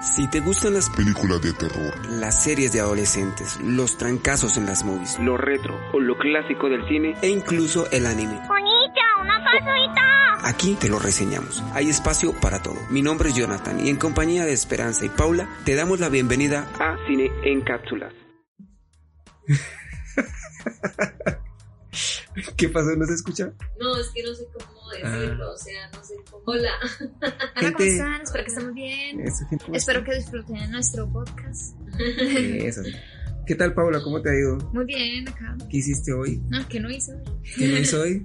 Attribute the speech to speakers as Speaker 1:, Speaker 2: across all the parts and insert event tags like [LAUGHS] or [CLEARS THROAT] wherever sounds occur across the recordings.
Speaker 1: Si te gustan las
Speaker 2: películas de terror,
Speaker 1: las series de adolescentes, los trancazos en las movies,
Speaker 3: lo retro o lo clásico del cine
Speaker 1: e incluso el anime. Aquí te lo reseñamos. Hay espacio para todo. Mi nombre es Jonathan y en compañía de Esperanza y Paula te damos la bienvenida
Speaker 3: a Cine en Cápsulas.
Speaker 1: ¿Qué pasó? ¿No se escucha?
Speaker 4: No, es que no sé cómo decirlo, o sea, no sé cómo. Hola.
Speaker 5: Hola, ¿cómo están? Espero
Speaker 4: [LAUGHS]
Speaker 5: que estemos bien. Espero que disfruten nuestro podcast.
Speaker 1: Eso. ¿Qué tal, Paula? ¿Cómo te ha ido?
Speaker 5: Muy bien, acá.
Speaker 1: ¿Qué hiciste hoy?
Speaker 5: No, que no hice hoy.
Speaker 1: ¿Qué no hizo hoy?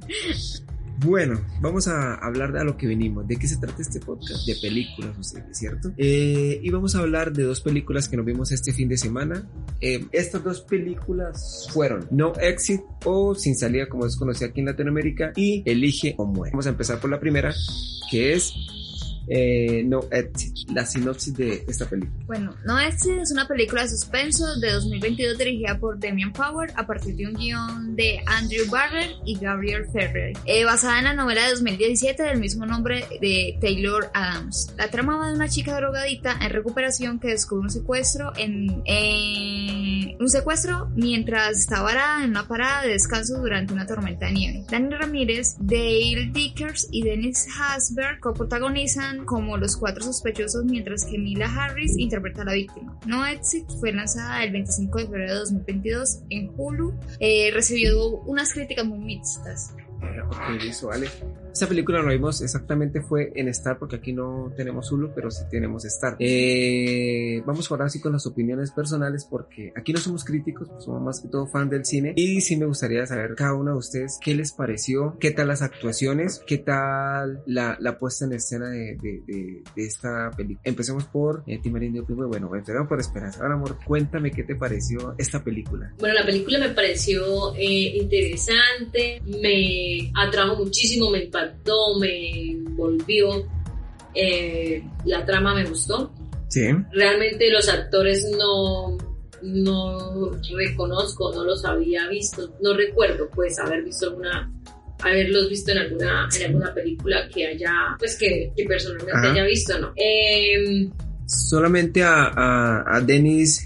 Speaker 1: Bueno, vamos a hablar de a lo que venimos, de qué se trata este podcast, de películas, no sé, ¿cierto? Eh, y vamos a hablar de dos películas que nos vimos este fin de semana. Eh, estas dos películas fueron No Exit o Sin Salida, como es conocida aquí en Latinoamérica, y Elige o Muere. Vamos a empezar por la primera, que es eh, no Exit, la sinopsis de esta película.
Speaker 5: Bueno, No Exit es una película de suspenso de 2022 dirigida por Damian Power a partir de un guión de Andrew Barber y Gabriel Ferrer, eh, basada en la novela de 2017 del mismo nombre de Taylor Adams. La trama va de una chica drogadita en recuperación que descubre un secuestro en, eh, un secuestro mientras está varada en una parada de descanso durante una tormenta de nieve. Dani Ramírez, Dale Dickers y Dennis Hasberg coprotagonizan como los cuatro sospechosos mientras que Mila Harris interpreta a la víctima. No Exit fue lanzada el 25 de febrero de 2022 en Hulu. Eh, recibió unas críticas muy mixtas.
Speaker 1: Okay, eso, Eh, vale. Esta película lo vimos exactamente fue en Star, porque aquí no tenemos Hulu, pero sí tenemos Star. Eh, vamos ahora sí con las opiniones personales, porque aquí no somos críticos, pues somos más que todo fan del cine. Y sí me gustaría saber cada uno de ustedes qué les pareció, qué tal las actuaciones, qué tal la, la puesta en escena de, de, de, de esta película. Empecemos por eh, Timarín Bueno, empezamos por Esperanza. Ahora, amor, cuéntame qué te pareció esta película.
Speaker 4: Bueno, la película me pareció eh, interesante, me atrajo muchísimo, me impactó, me envolvió. Eh, la trama me gustó.
Speaker 1: Sí.
Speaker 4: Realmente los actores no, no reconozco, no los había visto, no recuerdo pues haber visto alguna haberlos visto en alguna en alguna película que haya pues que, que personalmente Ajá. haya visto no eh,
Speaker 1: solamente a, a, a Dennis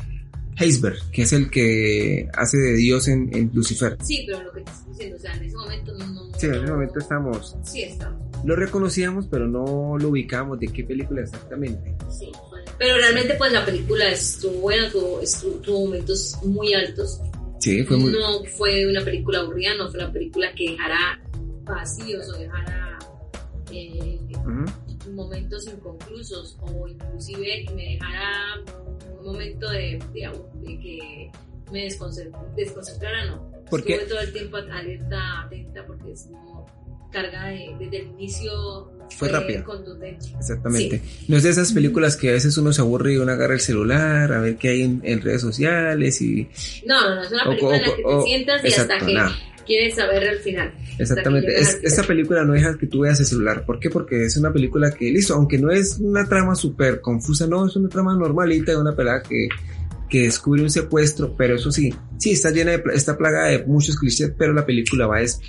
Speaker 1: Heisberg, que es el que hace de Dios en, en Lucifer.
Speaker 4: Sí, pero lo que te estoy diciendo, o sea, en ese momento no... no
Speaker 1: sí, en ese
Speaker 4: no,
Speaker 1: momento estamos...
Speaker 4: Sí, estamos.
Speaker 1: Lo reconocíamos, pero no lo ubicamos de qué película exactamente.
Speaker 4: Sí, bueno. pero realmente pues la película estuvo buena, tuvo, estuvo, tuvo momentos muy altos.
Speaker 1: Sí, fue muy...
Speaker 4: No fue una película aburrida, no fue una película que dejara vacíos o dejara... Eh, uh -huh. momentos inconclusos o inclusive que me dejara momento de, de, de, que me desconcentrara, no.
Speaker 1: porque
Speaker 4: Estuve todo el tiempo alerta, atenta, porque es como carga de, desde el inicio.
Speaker 1: Fue rápida.
Speaker 4: Contundente.
Speaker 1: Exactamente. Sí. No es de esas películas que a veces uno se aburre y uno agarra el celular a ver qué hay en, en redes sociales y...
Speaker 4: No, no, no es una película o, en la que o, te sientas y exacto, hasta que... Nah quieres saber al final.
Speaker 1: Exactamente. Es, esta película no deja que tú veas el celular. ¿Por qué? Porque es una película que, listo, aunque no es una trama súper confusa, no, es una trama normalita de una pelada que, que descubre un secuestro, pero eso sí, sí, está llena de, está plagada de muchos clichés, pero la película va es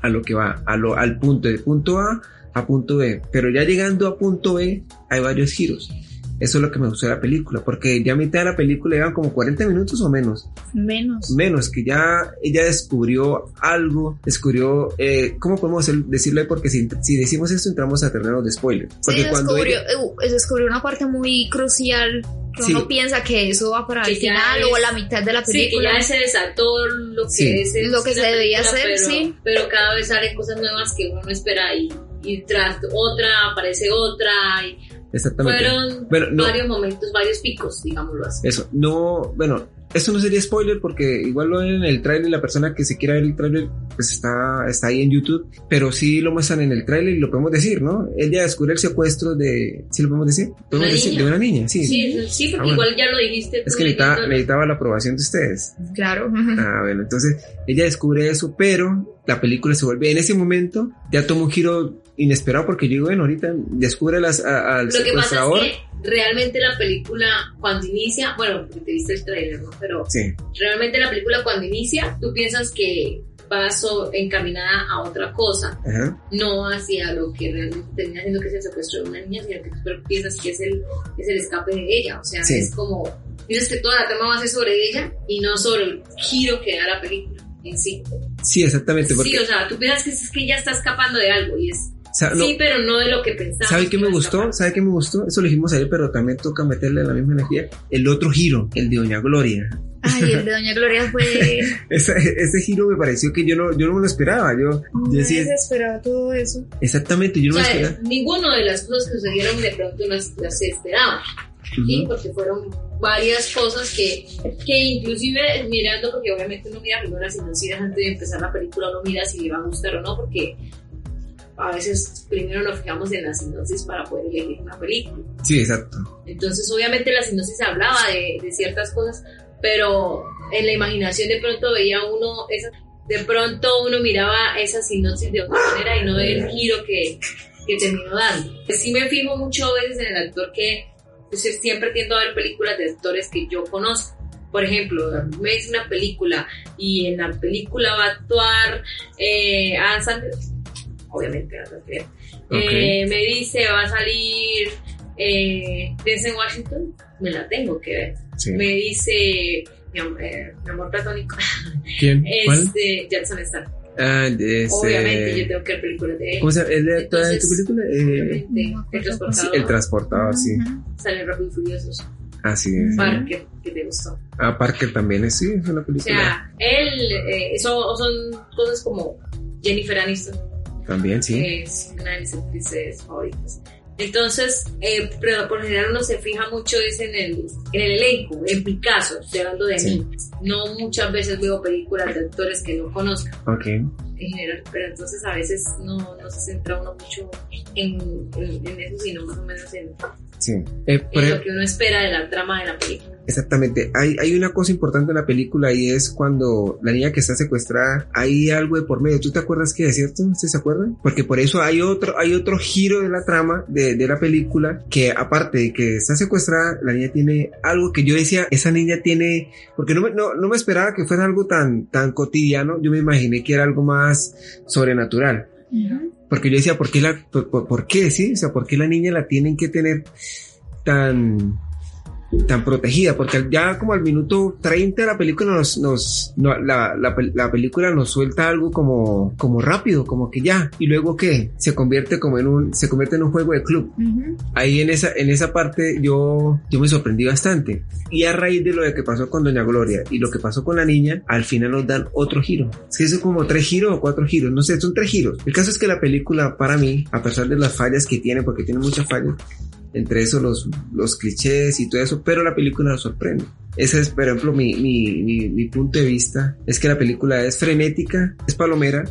Speaker 1: a lo que va, a lo, al punto, de punto A a punto B. Pero ya llegando a punto B, hay varios giros. Eso es lo que me gustó de la película, porque ya a mitad de la película iban como 40 minutos o menos.
Speaker 5: Menos.
Speaker 1: Menos, que ya ella descubrió algo, descubrió, eh, ¿cómo podemos decirlo? Porque si, si, decimos esto entramos a terrenos de spoiler. Porque
Speaker 5: sí, cuando descubrió, ella, descubrió una parte muy crucial que sí, uno piensa que eso va para el final es, o la mitad de la película.
Speaker 4: Sí, que ya se desató lo que, sí, es
Speaker 5: lo que se debía hacer,
Speaker 4: pero,
Speaker 5: sí.
Speaker 4: Pero cada vez salen cosas nuevas que uno no espera y, y tras otra aparece otra y...
Speaker 1: Exactamente.
Speaker 4: Fueron bueno, no, varios momentos, varios picos, digámoslo así.
Speaker 1: Eso, no, bueno, eso no sería spoiler porque igual lo ven en el tráiler, la persona que se quiera ver el tráiler pues está, está ahí en YouTube, pero sí lo muestran en el tráiler y lo podemos decir, ¿no? Ella descubre el secuestro de, ¿sí lo podemos decir? ¿Podemos
Speaker 4: una
Speaker 1: decir
Speaker 4: niña.
Speaker 1: de una niña,
Speaker 4: sí. Sí, sí porque ah, bueno. igual ya lo dijiste.
Speaker 1: Es que necesitaba, necesitaba la aprobación de ustedes.
Speaker 5: Claro. [LAUGHS]
Speaker 1: Ah, bueno, entonces ella descubre eso, pero la película se vuelve en ese momento, ya toma un giro inesperado porque yo digo, bueno, ahorita descubre las, a, al
Speaker 4: Lo que pasa es que realmente la película cuando inicia, bueno, porque te viste el trailer, ¿no? Pero
Speaker 1: sí.
Speaker 4: realmente la película cuando inicia, tú piensas que va so- encaminada a otra cosa,
Speaker 1: Ajá.
Speaker 4: no hacia lo que realmente termina siendo que es el secuestro de una niña, sino que tú pero piensas que es el, es el escape de ella. O sea,
Speaker 1: Sí.
Speaker 4: es como, dices que toda la trama va a ser sobre ella y no sobre el giro que da la película en sí.
Speaker 1: Sí, exactamente. Porque,
Speaker 4: Sí, o sea, tú piensas que es que ella está escapando de algo y es
Speaker 1: o sea, Ah, no-
Speaker 4: sí, pero no de lo que pensaba.
Speaker 1: ¿Sabe qué me gustó? ¿Sabe qué me gustó? Eso lo dijimos ayer, pero también toca meterle la misma energía. El otro giro, el de Doña Gloria.
Speaker 5: Ay, el de Doña Gloria fue.
Speaker 1: Ese, ese giro me pareció que yo no, yo no me lo esperaba. Yo, yo decía,
Speaker 5: desesperado todo eso.
Speaker 1: exactamente, yo no
Speaker 4: O
Speaker 1: me lo
Speaker 4: sea,
Speaker 1: esperaba.
Speaker 4: ninguno de las cosas que sucedieron de pronto las, las esperaba, ¿sí?
Speaker 1: Ujú.
Speaker 4: Porque fueron varias cosas que, que inclusive mirando, porque obviamente uno mira primero las inducidas antes de empezar la película, uno mira si le va a gustar o no, porque a veces primero nos fijamos en las sinopsis para poder elegir una película.
Speaker 1: Sí, exacto.
Speaker 4: Entonces, obviamente, la sinopsis hablaba de, de ciertas cosas, pero en la imaginación de pronto veía uno, esa- de pronto uno miraba esa sinopsis de otra manera y no el giro que, que terminó dando. Pues Sí me fijo mucho a veces en el actor que, yo sie- siempre tiendo a ver películas de actores que yo conozco. Por ejemplo, me dice una película y en la película va a actuar eh, Adam Sandler, obviamente Adam Sandler. Eh, me dice va a salir eh, Denzel Washington, me la tengo que ver.
Speaker 1: Sí.
Speaker 4: Me dice mi, am- eh, mi amor platónico,
Speaker 1: ¿Quién? ¿Cuál?
Speaker 4: este, Jackson Star.
Speaker 1: Ah, el de este-
Speaker 4: Obviamente yo tengo que ver películas de él.
Speaker 1: ¿Cómo se llama? ¿El de actuaba en tu
Speaker 4: Entonces,
Speaker 1: película? Eh,
Speaker 4: Obviamente,
Speaker 5: No,
Speaker 4: el
Speaker 5: no, no.
Speaker 4: transportador,
Speaker 1: el transportador, Ah, sí.
Speaker 4: salen rápido y furiosos,
Speaker 1: Así es.
Speaker 5: Vale.
Speaker 4: Parker, que te gustó.
Speaker 1: Ah, Parker también es, sí, es una
Speaker 4: O
Speaker 1: película.
Speaker 4: sea, él, eh, eso son cosas como Jennifer Aniston,
Speaker 1: también, sí.
Speaker 4: que es una de mis actrices favoritas. Entonces, eh, pero por lo general uno se fija mucho es en el, en el elenco, en mi caso, estoy hablando de
Speaker 1: Sí.
Speaker 4: mí. No muchas veces veo películas de actores que no conozco
Speaker 1: Ok.
Speaker 4: en general, pero entonces a veces no, no se centra uno mucho en, en- en eso, sino más o menos en,
Speaker 1: Sí. Eh, por
Speaker 4: en
Speaker 1: ej-
Speaker 4: lo que uno espera de la trama de la película.
Speaker 1: Exactamente. Hay, hay una cosa importante en la película y es cuando la niña que está secuestrada, hay algo de por medio. ¿Tú te acuerdas qué es, cierto? ¿Sí se acuerdan? Porque por eso hay otro, hay otro giro de la trama de, de la película que aparte de que está secuestrada, la niña tiene algo que yo decía, esa niña tiene, porque no me, no, no me esperaba que fuera algo tan, tan cotidiano. Yo me imaginé que era algo más sobrenatural. Porque yo decía, ¿por qué, la, por, por- por qué, sí? O sea, ¿por qué la niña la tienen que tener tan, tan protegida? Porque al- ya como al minuto 30 de la película nos, nos no, la, la pel- la película nos suelta algo como, como rápido, como que ya. ¿Y luego qué? Se convierte como en un, se convierte en un juego de club. Ahí en esa, en esa parte yo, yo me sorprendí bastante. Y a raíz de lo que pasó con Doña Gloria y lo que pasó con la niña, al final nos dan otro giro. Es que son como tres giros o cuatro giros, no sé, son tres giros. El caso es que la película, para mí, a pesar de las fallas que tiene, porque tiene muchas fallas, entre eso los, los clichés y todo eso, pero la película nos sorprende. Ese es, por ejemplo, mi, mi, mi, mi punto de vista. Es que la película es frenética, es palomera,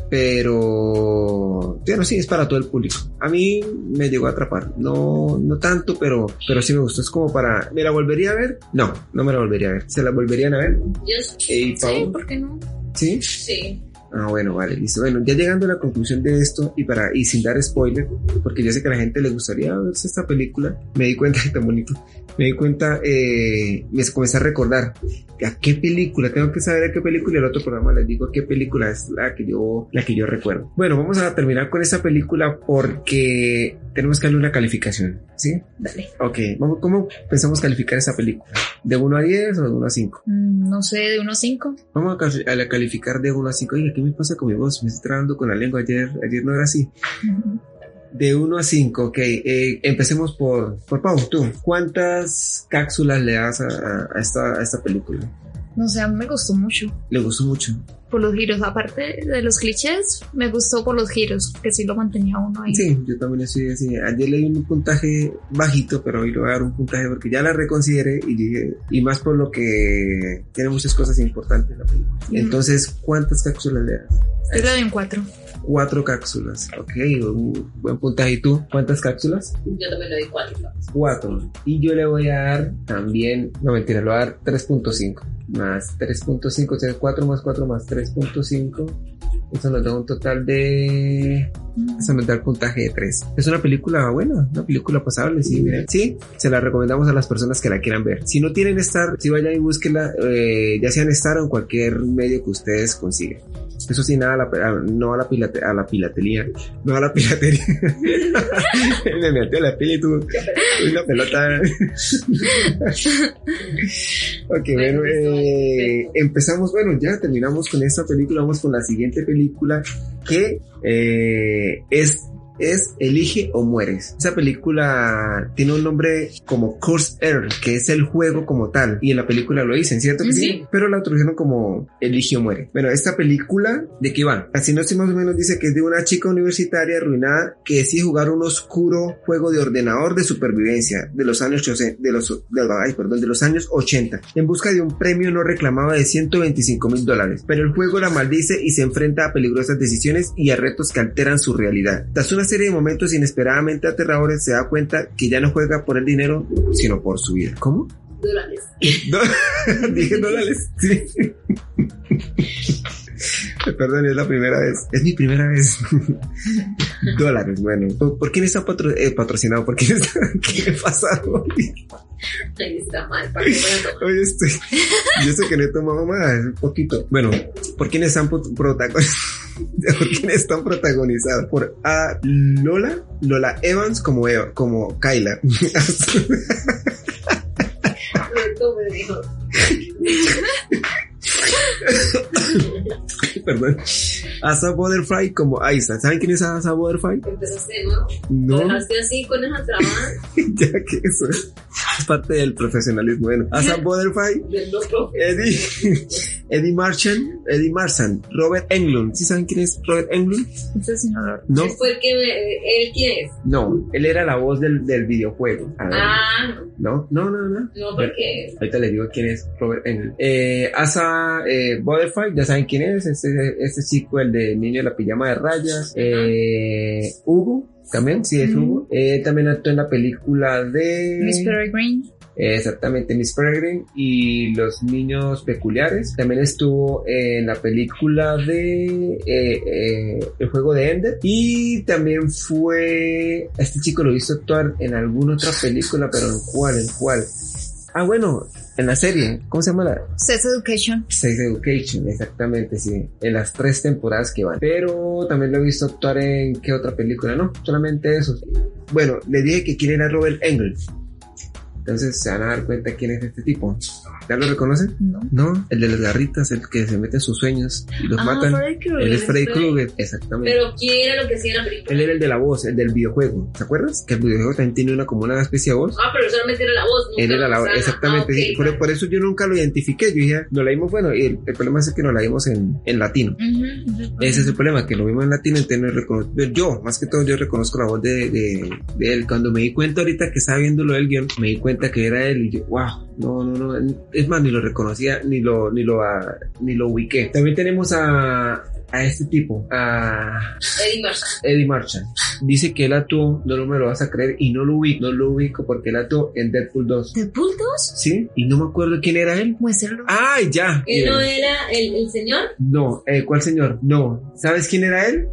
Speaker 1: pero... Bueno, sí, es para todo el público. A mí me llegó a atrapar. No, no tanto, pero, pero sí me gustó. Es como para... ¿Me la volvería a ver? No, no me la volvería a ver. ¿Se la volverían a ver?
Speaker 4: Yo
Speaker 5: Sí,
Speaker 1: Ey, Pau.
Speaker 5: ¿por qué no?
Speaker 1: ¿Sí?
Speaker 4: sí,
Speaker 1: Ah, bueno, vale, listo. Bueno, ya llegando a la conclusión de esto y para y sin dar spoiler, porque yo sé que a la gente le gustaría verse esta película, me di cuenta, [LAUGHS] tan bonito, me di cuenta, eh, me comencé a recordar a qué película, tengo que saber a qué película y el otro programa les digo qué película es la que yo, la que yo recuerdo. Bueno, vamos a terminar con esta película porque tenemos que darle una calificación, ¿sí?
Speaker 5: Dale.
Speaker 1: Ok, vamos- ¿cómo pensamos calificar esa película? ¿De 1 a 10 o de 1 a 5?
Speaker 5: Mm, No sé, de unos cinco.
Speaker 1: Vamos a, cali- a la calificar de 1 a 5. Oye, ¿qué me pasa con mi voz? Me estoy trabando con la lengua. Ayer, ayer no era así. De 1 a 5, ok. eh, empecemos por, por Pau, tú. ¿Cuántas cápsulas le das a, a- a esta, a esta película?
Speaker 5: No sé, a mí me gustó mucho.
Speaker 1: Le gustó mucho.
Speaker 5: Por los giros, aparte de los clichés, me gustó por los giros, que sí lo mantenía uno ahí.
Speaker 1: Sí, yo también estoy así. Ayer le di un puntaje bajito, pero hoy le voy a dar un puntaje porque ya la reconsideré y dije- y más por lo que tiene muchas cosas importantes la película.
Speaker 5: Ujú.
Speaker 1: Entonces, ¿cuántas cápsulas le das?
Speaker 5: Yo le doy un cuatro.
Speaker 1: Cuatro cápsulas, ok, un buen puntaje. ¿Y tú? ¿Cuántas cápsulas?
Speaker 4: yo también le doy cuatro. ¿no?
Speaker 1: 4 y yo le voy a dar también, no mentira, le voy a dar 3.5 más 3.5, o sea, 4 más 4 más 3.5, eso nos da un total de, eso nos da el puntaje de 3. Es una película buena, una película pasable, sí, miren. sí, se la recomendamos a las personas que la quieran ver. Si no tienen Star, si vayan y búsquenla, eh, ya sea en Star o en cualquier medio que ustedes consigan. Eso sí, nada, a la- a- no a la, pilate, a la pilatería, no a la piratería. [LAUGHS] Me metió la pila y tuvo una pelota. ok, bueno, eh, empezamos, bueno, ya terminamos con esta película, vamos con la siguiente película que eh, es es Elige o Mueres. Esa película tiene un nombre como Curse Error, que es el juego como tal. Y en la película lo dicen, ¿cierto? Que sí?
Speaker 4: Sí.
Speaker 1: Pero la tradujeron como Elige o Muere. Bueno, esta película, ¿de qué va? Así no sé más o menos dice que es de una chica universitaria arruinada que decide jugar un oscuro juego de ordenador de supervivencia de los años 80 de los, de, ay, perdón, de los años 80 en busca de un premio no reclamado de 125 mil dólares. Pero el juego la maldice y se enfrenta a peligrosas decisiones y a retos que alteran su realidad. Tras una serie de momentos inesperadamente aterradores, se da cuenta que ya no juega por el dinero, sino por su vida. ¿Cómo?
Speaker 4: dólares.
Speaker 1: Do- [LAUGHS] Dije dólares. Sí. Perdón, es la primera vez. Es mi primera vez. [LAUGHS] dólares, bueno. ¿Por por quién está patro- eh, patrocinado? ¿Por quién está? [LAUGHS] ¿Qué me pasa hoy?
Speaker 4: Ahí está mal, para que pueda tomar.
Speaker 1: Hoy estoy. este, Yo sé que no he tomado más, un poquito. Bueno, ¿por quién están protagonizados? [LAUGHS] ¿Por quién están protagonizadas? Por a Lola, Lola Evans como Eva, como Kyla. [LAUGHS]
Speaker 4: No tome, dijo.
Speaker 1: Perdón. Asa Butterfly como Aiza. ¿Saben quién es Asa Butterfly?
Speaker 4: Empezaste de nuevo.
Speaker 1: No.
Speaker 4: Lo dejaste así con esa trama
Speaker 1: [LAUGHS] ya que eso es parte del profesionalismo. Bueno, Asa Butterfly,
Speaker 4: del loco.
Speaker 1: Eddie, [LAUGHS] Eddie Marchand, Eddie Marsan, Robert Englund. ¿Sí saben quién es Robert Englund?
Speaker 5: Eso Este sí no lo
Speaker 1: No,
Speaker 4: Él fue el que me- él quién es.
Speaker 1: no, él era la voz del, del videojuego. A ver,
Speaker 4: Ah,
Speaker 1: no, no, no, no.
Speaker 4: no, porque
Speaker 1: Ahorita les digo quién es Robert Englund. Eh, Asa eh, Butterfly, ya saben quién es, este, este chico, el de niño de la pijama de rayas. Eh, Hugo, también, sí es
Speaker 5: Mm.
Speaker 1: Hugo. Eh, también actuó en la película de...
Speaker 5: Miss Peregrine.
Speaker 1: Eh, Exactamente, Miss Peregrine y los niños peculiares. También estuvo en la película de eh, eh, El juego de Ender. Y también fue. a Este chico lo hizo actuar en alguna otra película, pero ¿en cuál? ¿En cuál? Ah, bueno, en la serie. ¿Cómo se llama la?
Speaker 5: Sex Education.
Speaker 1: Sex Education, exactamente, sí. En las tres temporadas que van. Pero también lo he visto actuar en qué otra película, no, solamente eso. Bueno, le dije que quién era Robert Engel. Entonces se van a dar cuenta quién es este tipo. ¿Ya lo reconocen?
Speaker 5: No.
Speaker 1: No, el de las garritas, el que se mete en sus sueños y los
Speaker 5: Ah,
Speaker 1: matan.
Speaker 5: Freddy Krueger.
Speaker 1: Él es Freddy
Speaker 4: Freddy.
Speaker 1: Krueger, exactamente.
Speaker 4: pero quién era lo que hacía en la película.
Speaker 1: Él era el de la voz, el del videojuego. ¿Te acuerdas? Que el videojuego también tiene una como una especie de voz.
Speaker 4: Ah, pero solamente era la voz, nunca
Speaker 1: Él era la-
Speaker 4: pasaba.
Speaker 1: exactamente,
Speaker 4: Ah,
Speaker 1: sí.
Speaker 4: ok,
Speaker 1: por, por eso yo nunca lo identifiqué, yo dije, no la vimos, bueno, y el, el problema es que no la vimos en, en latino.
Speaker 5: Ujú.
Speaker 1: Ese es el problema, que lo vimos en latino, entonces no recono- yo, más que todo, yo reconozco la voz de, de, de él. Cuando me di cuenta ahorita que estaba viendo lo del guión, me di cuenta que era él y yo, wow, no, no, no, es más, ni lo reconocía, ni lo, ni lo, ah, ni lo ubiqué. También tenemos a, a este tipo, a
Speaker 4: Eddie Marshall.
Speaker 1: Eddie Marchand. Dice que él actuó, no lo me lo vas a creer, y no lo ubico, no lo ubico porque él actuó en Deadpool 2.
Speaker 5: ¿The Pool 2?
Speaker 1: Sí, y no me acuerdo quién era él.
Speaker 5: Muéstralo.
Speaker 1: ¡Ay, ya!
Speaker 4: Él no
Speaker 1: Bien.
Speaker 4: era el, el señor.
Speaker 1: No, eh, ¿cuál señor? No. ¿Sabes quién era él?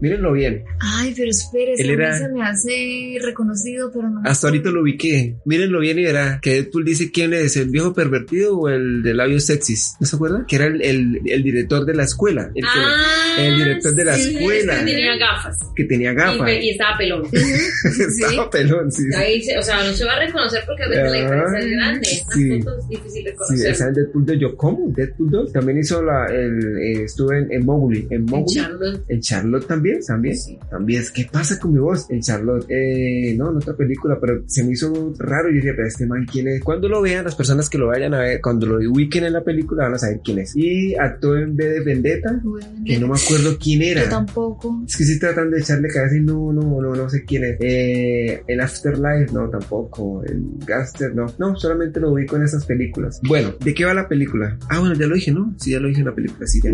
Speaker 1: Mírenlo bien.
Speaker 5: Ay, pero espere,
Speaker 1: Él
Speaker 5: ese hombre
Speaker 1: era-
Speaker 5: se me hace reconocido, pero no. me
Speaker 1: Hasta ahorita
Speaker 5: acuerdo.
Speaker 1: lo ubiqué. Mírenlo bien y verá que Deadpool dice quién es, el viejo pervertido o el de labios sexys. ¿No se acuerda? Que era el, el- el director de la escuela. El que,
Speaker 4: ah,
Speaker 1: el director de la
Speaker 4: sí,
Speaker 1: escuela.
Speaker 4: sí, tenía gafas.
Speaker 1: que tenía
Speaker 4: Y,
Speaker 1: gafas.
Speaker 4: pe- y estaba pelón.
Speaker 1: [LAUGHS] Estaba pelón, sí. sí.
Speaker 4: Ahí se- o sea, no se va a reconocer porque a veces la diferencia es grande. Estas
Speaker 1: Sí.
Speaker 4: fotos es difícil
Speaker 1: Sí,
Speaker 4: reconocer.
Speaker 1: esa es Deadpool 2. Yo, ¿cómo? Deadpool 2. También hizo la, el, eh, estuve en, en Mowgli. En
Speaker 4: En
Speaker 1: Mowgli.
Speaker 4: Charlotte.
Speaker 1: En Charlotte también, también, también. Es que pasa con mi voz en Charlotte. Eh, no, en otra película, pero se me hizo raro. Y dije, pero este man, ¿quién es? Cuando lo vean, las personas que lo vayan a ver, cuando lo ubiquen en la película, van a saber quién es. Y actuó en B de Vendetta,
Speaker 5: Bueno,
Speaker 1: que no me acuerdo quién
Speaker 5: Yo
Speaker 1: era.
Speaker 5: tampoco.
Speaker 1: Es que estoy tratando de echarle cabeza y no, no, no, no sé quién es. Eh, en Afterlife, no, tampoco. En Gaster, no. No, solamente lo ubico en esas películas. Bueno, ¿de qué va la película? Ah, bueno, ya lo dije, ¿no? Sí, ya lo dije en la película, sí, ya.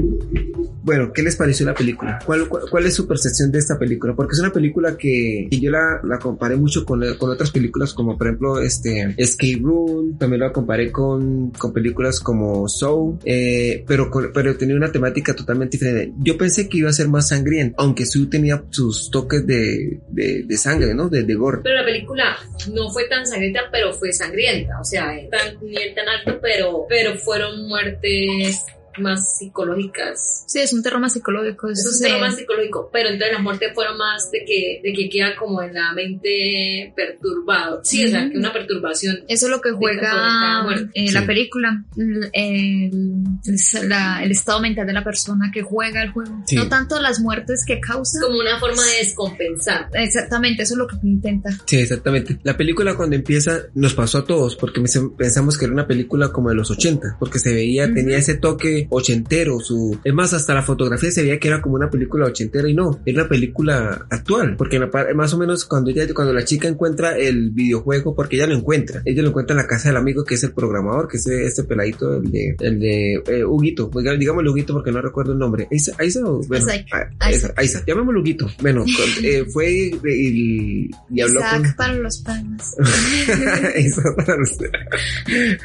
Speaker 1: Bueno, ¿qué les pareció la película? ¿Cuál, cuál, cuál es su percepción de esta película? Porque es una película que, que yo la, la comparé mucho con, con otras películas como por ejemplo este Escape Room, también la comparé con, con películas como Soul, eh, pero, con- pero tenía una temática totalmente diferente. Yo pensé que iba a ser más sangrienta, aunque sí tenía sus toques de, de, de sangre, ¿no? De, de gore.
Speaker 4: Pero la película no fue tan sangrienta, pero fue sangrienta. O sea, eh, tan, ni el tan alto, pero, pero fueron muertes más psicológicas.
Speaker 5: Sí, es un terror más psicológico.
Speaker 4: Es
Speaker 5: eso
Speaker 4: un
Speaker 5: se-
Speaker 4: tema más psicológico, pero entonces las muertes fueron más de que, de que queda como en la mente perturbado. Sí, o sea,
Speaker 5: Ujú.
Speaker 4: que una perturbación.
Speaker 5: Eso es lo que juega
Speaker 4: Está muerto.
Speaker 5: eh, la
Speaker 1: Sí.
Speaker 5: película, el, el- la- el estado mental de la persona que juega el juego.
Speaker 2: Sí.
Speaker 5: No tanto las muertes que causa.
Speaker 4: Como una forma de descompensar.
Speaker 5: Exactamente, eso es lo que intenta.
Speaker 1: Sí, exactamente. La película cuando empieza nos pasó a todos porque me- pensamos que era una película como de los 80, porque se veía,
Speaker 5: Ujú.
Speaker 1: tenía ese toque ochentero, su... Es más, hasta la fotografía se veía que era como una película ochentera y no, era una película actual, porque en la par- más o menos cuando ella, cuando la chica encuentra el videojuego, porque ella lo encuentra, ella lo encuentra en la casa del amigo que es el programador, que es este peladito, el de, el de eh, Huguito, Oiga, digámosle Huguito porque no recuerdo el nombre, Aiza, Aiza o- bueno,
Speaker 5: Isaac.
Speaker 1: a- Aiza, Aiza, llamémoslo Huguito,
Speaker 5: [LAUGHS]
Speaker 1: bueno, con- eh, fue y, y- y habló
Speaker 5: Isaac
Speaker 1: con...
Speaker 5: para los panas.
Speaker 1: [LAUGHS] Eso para usted. [LAUGHS]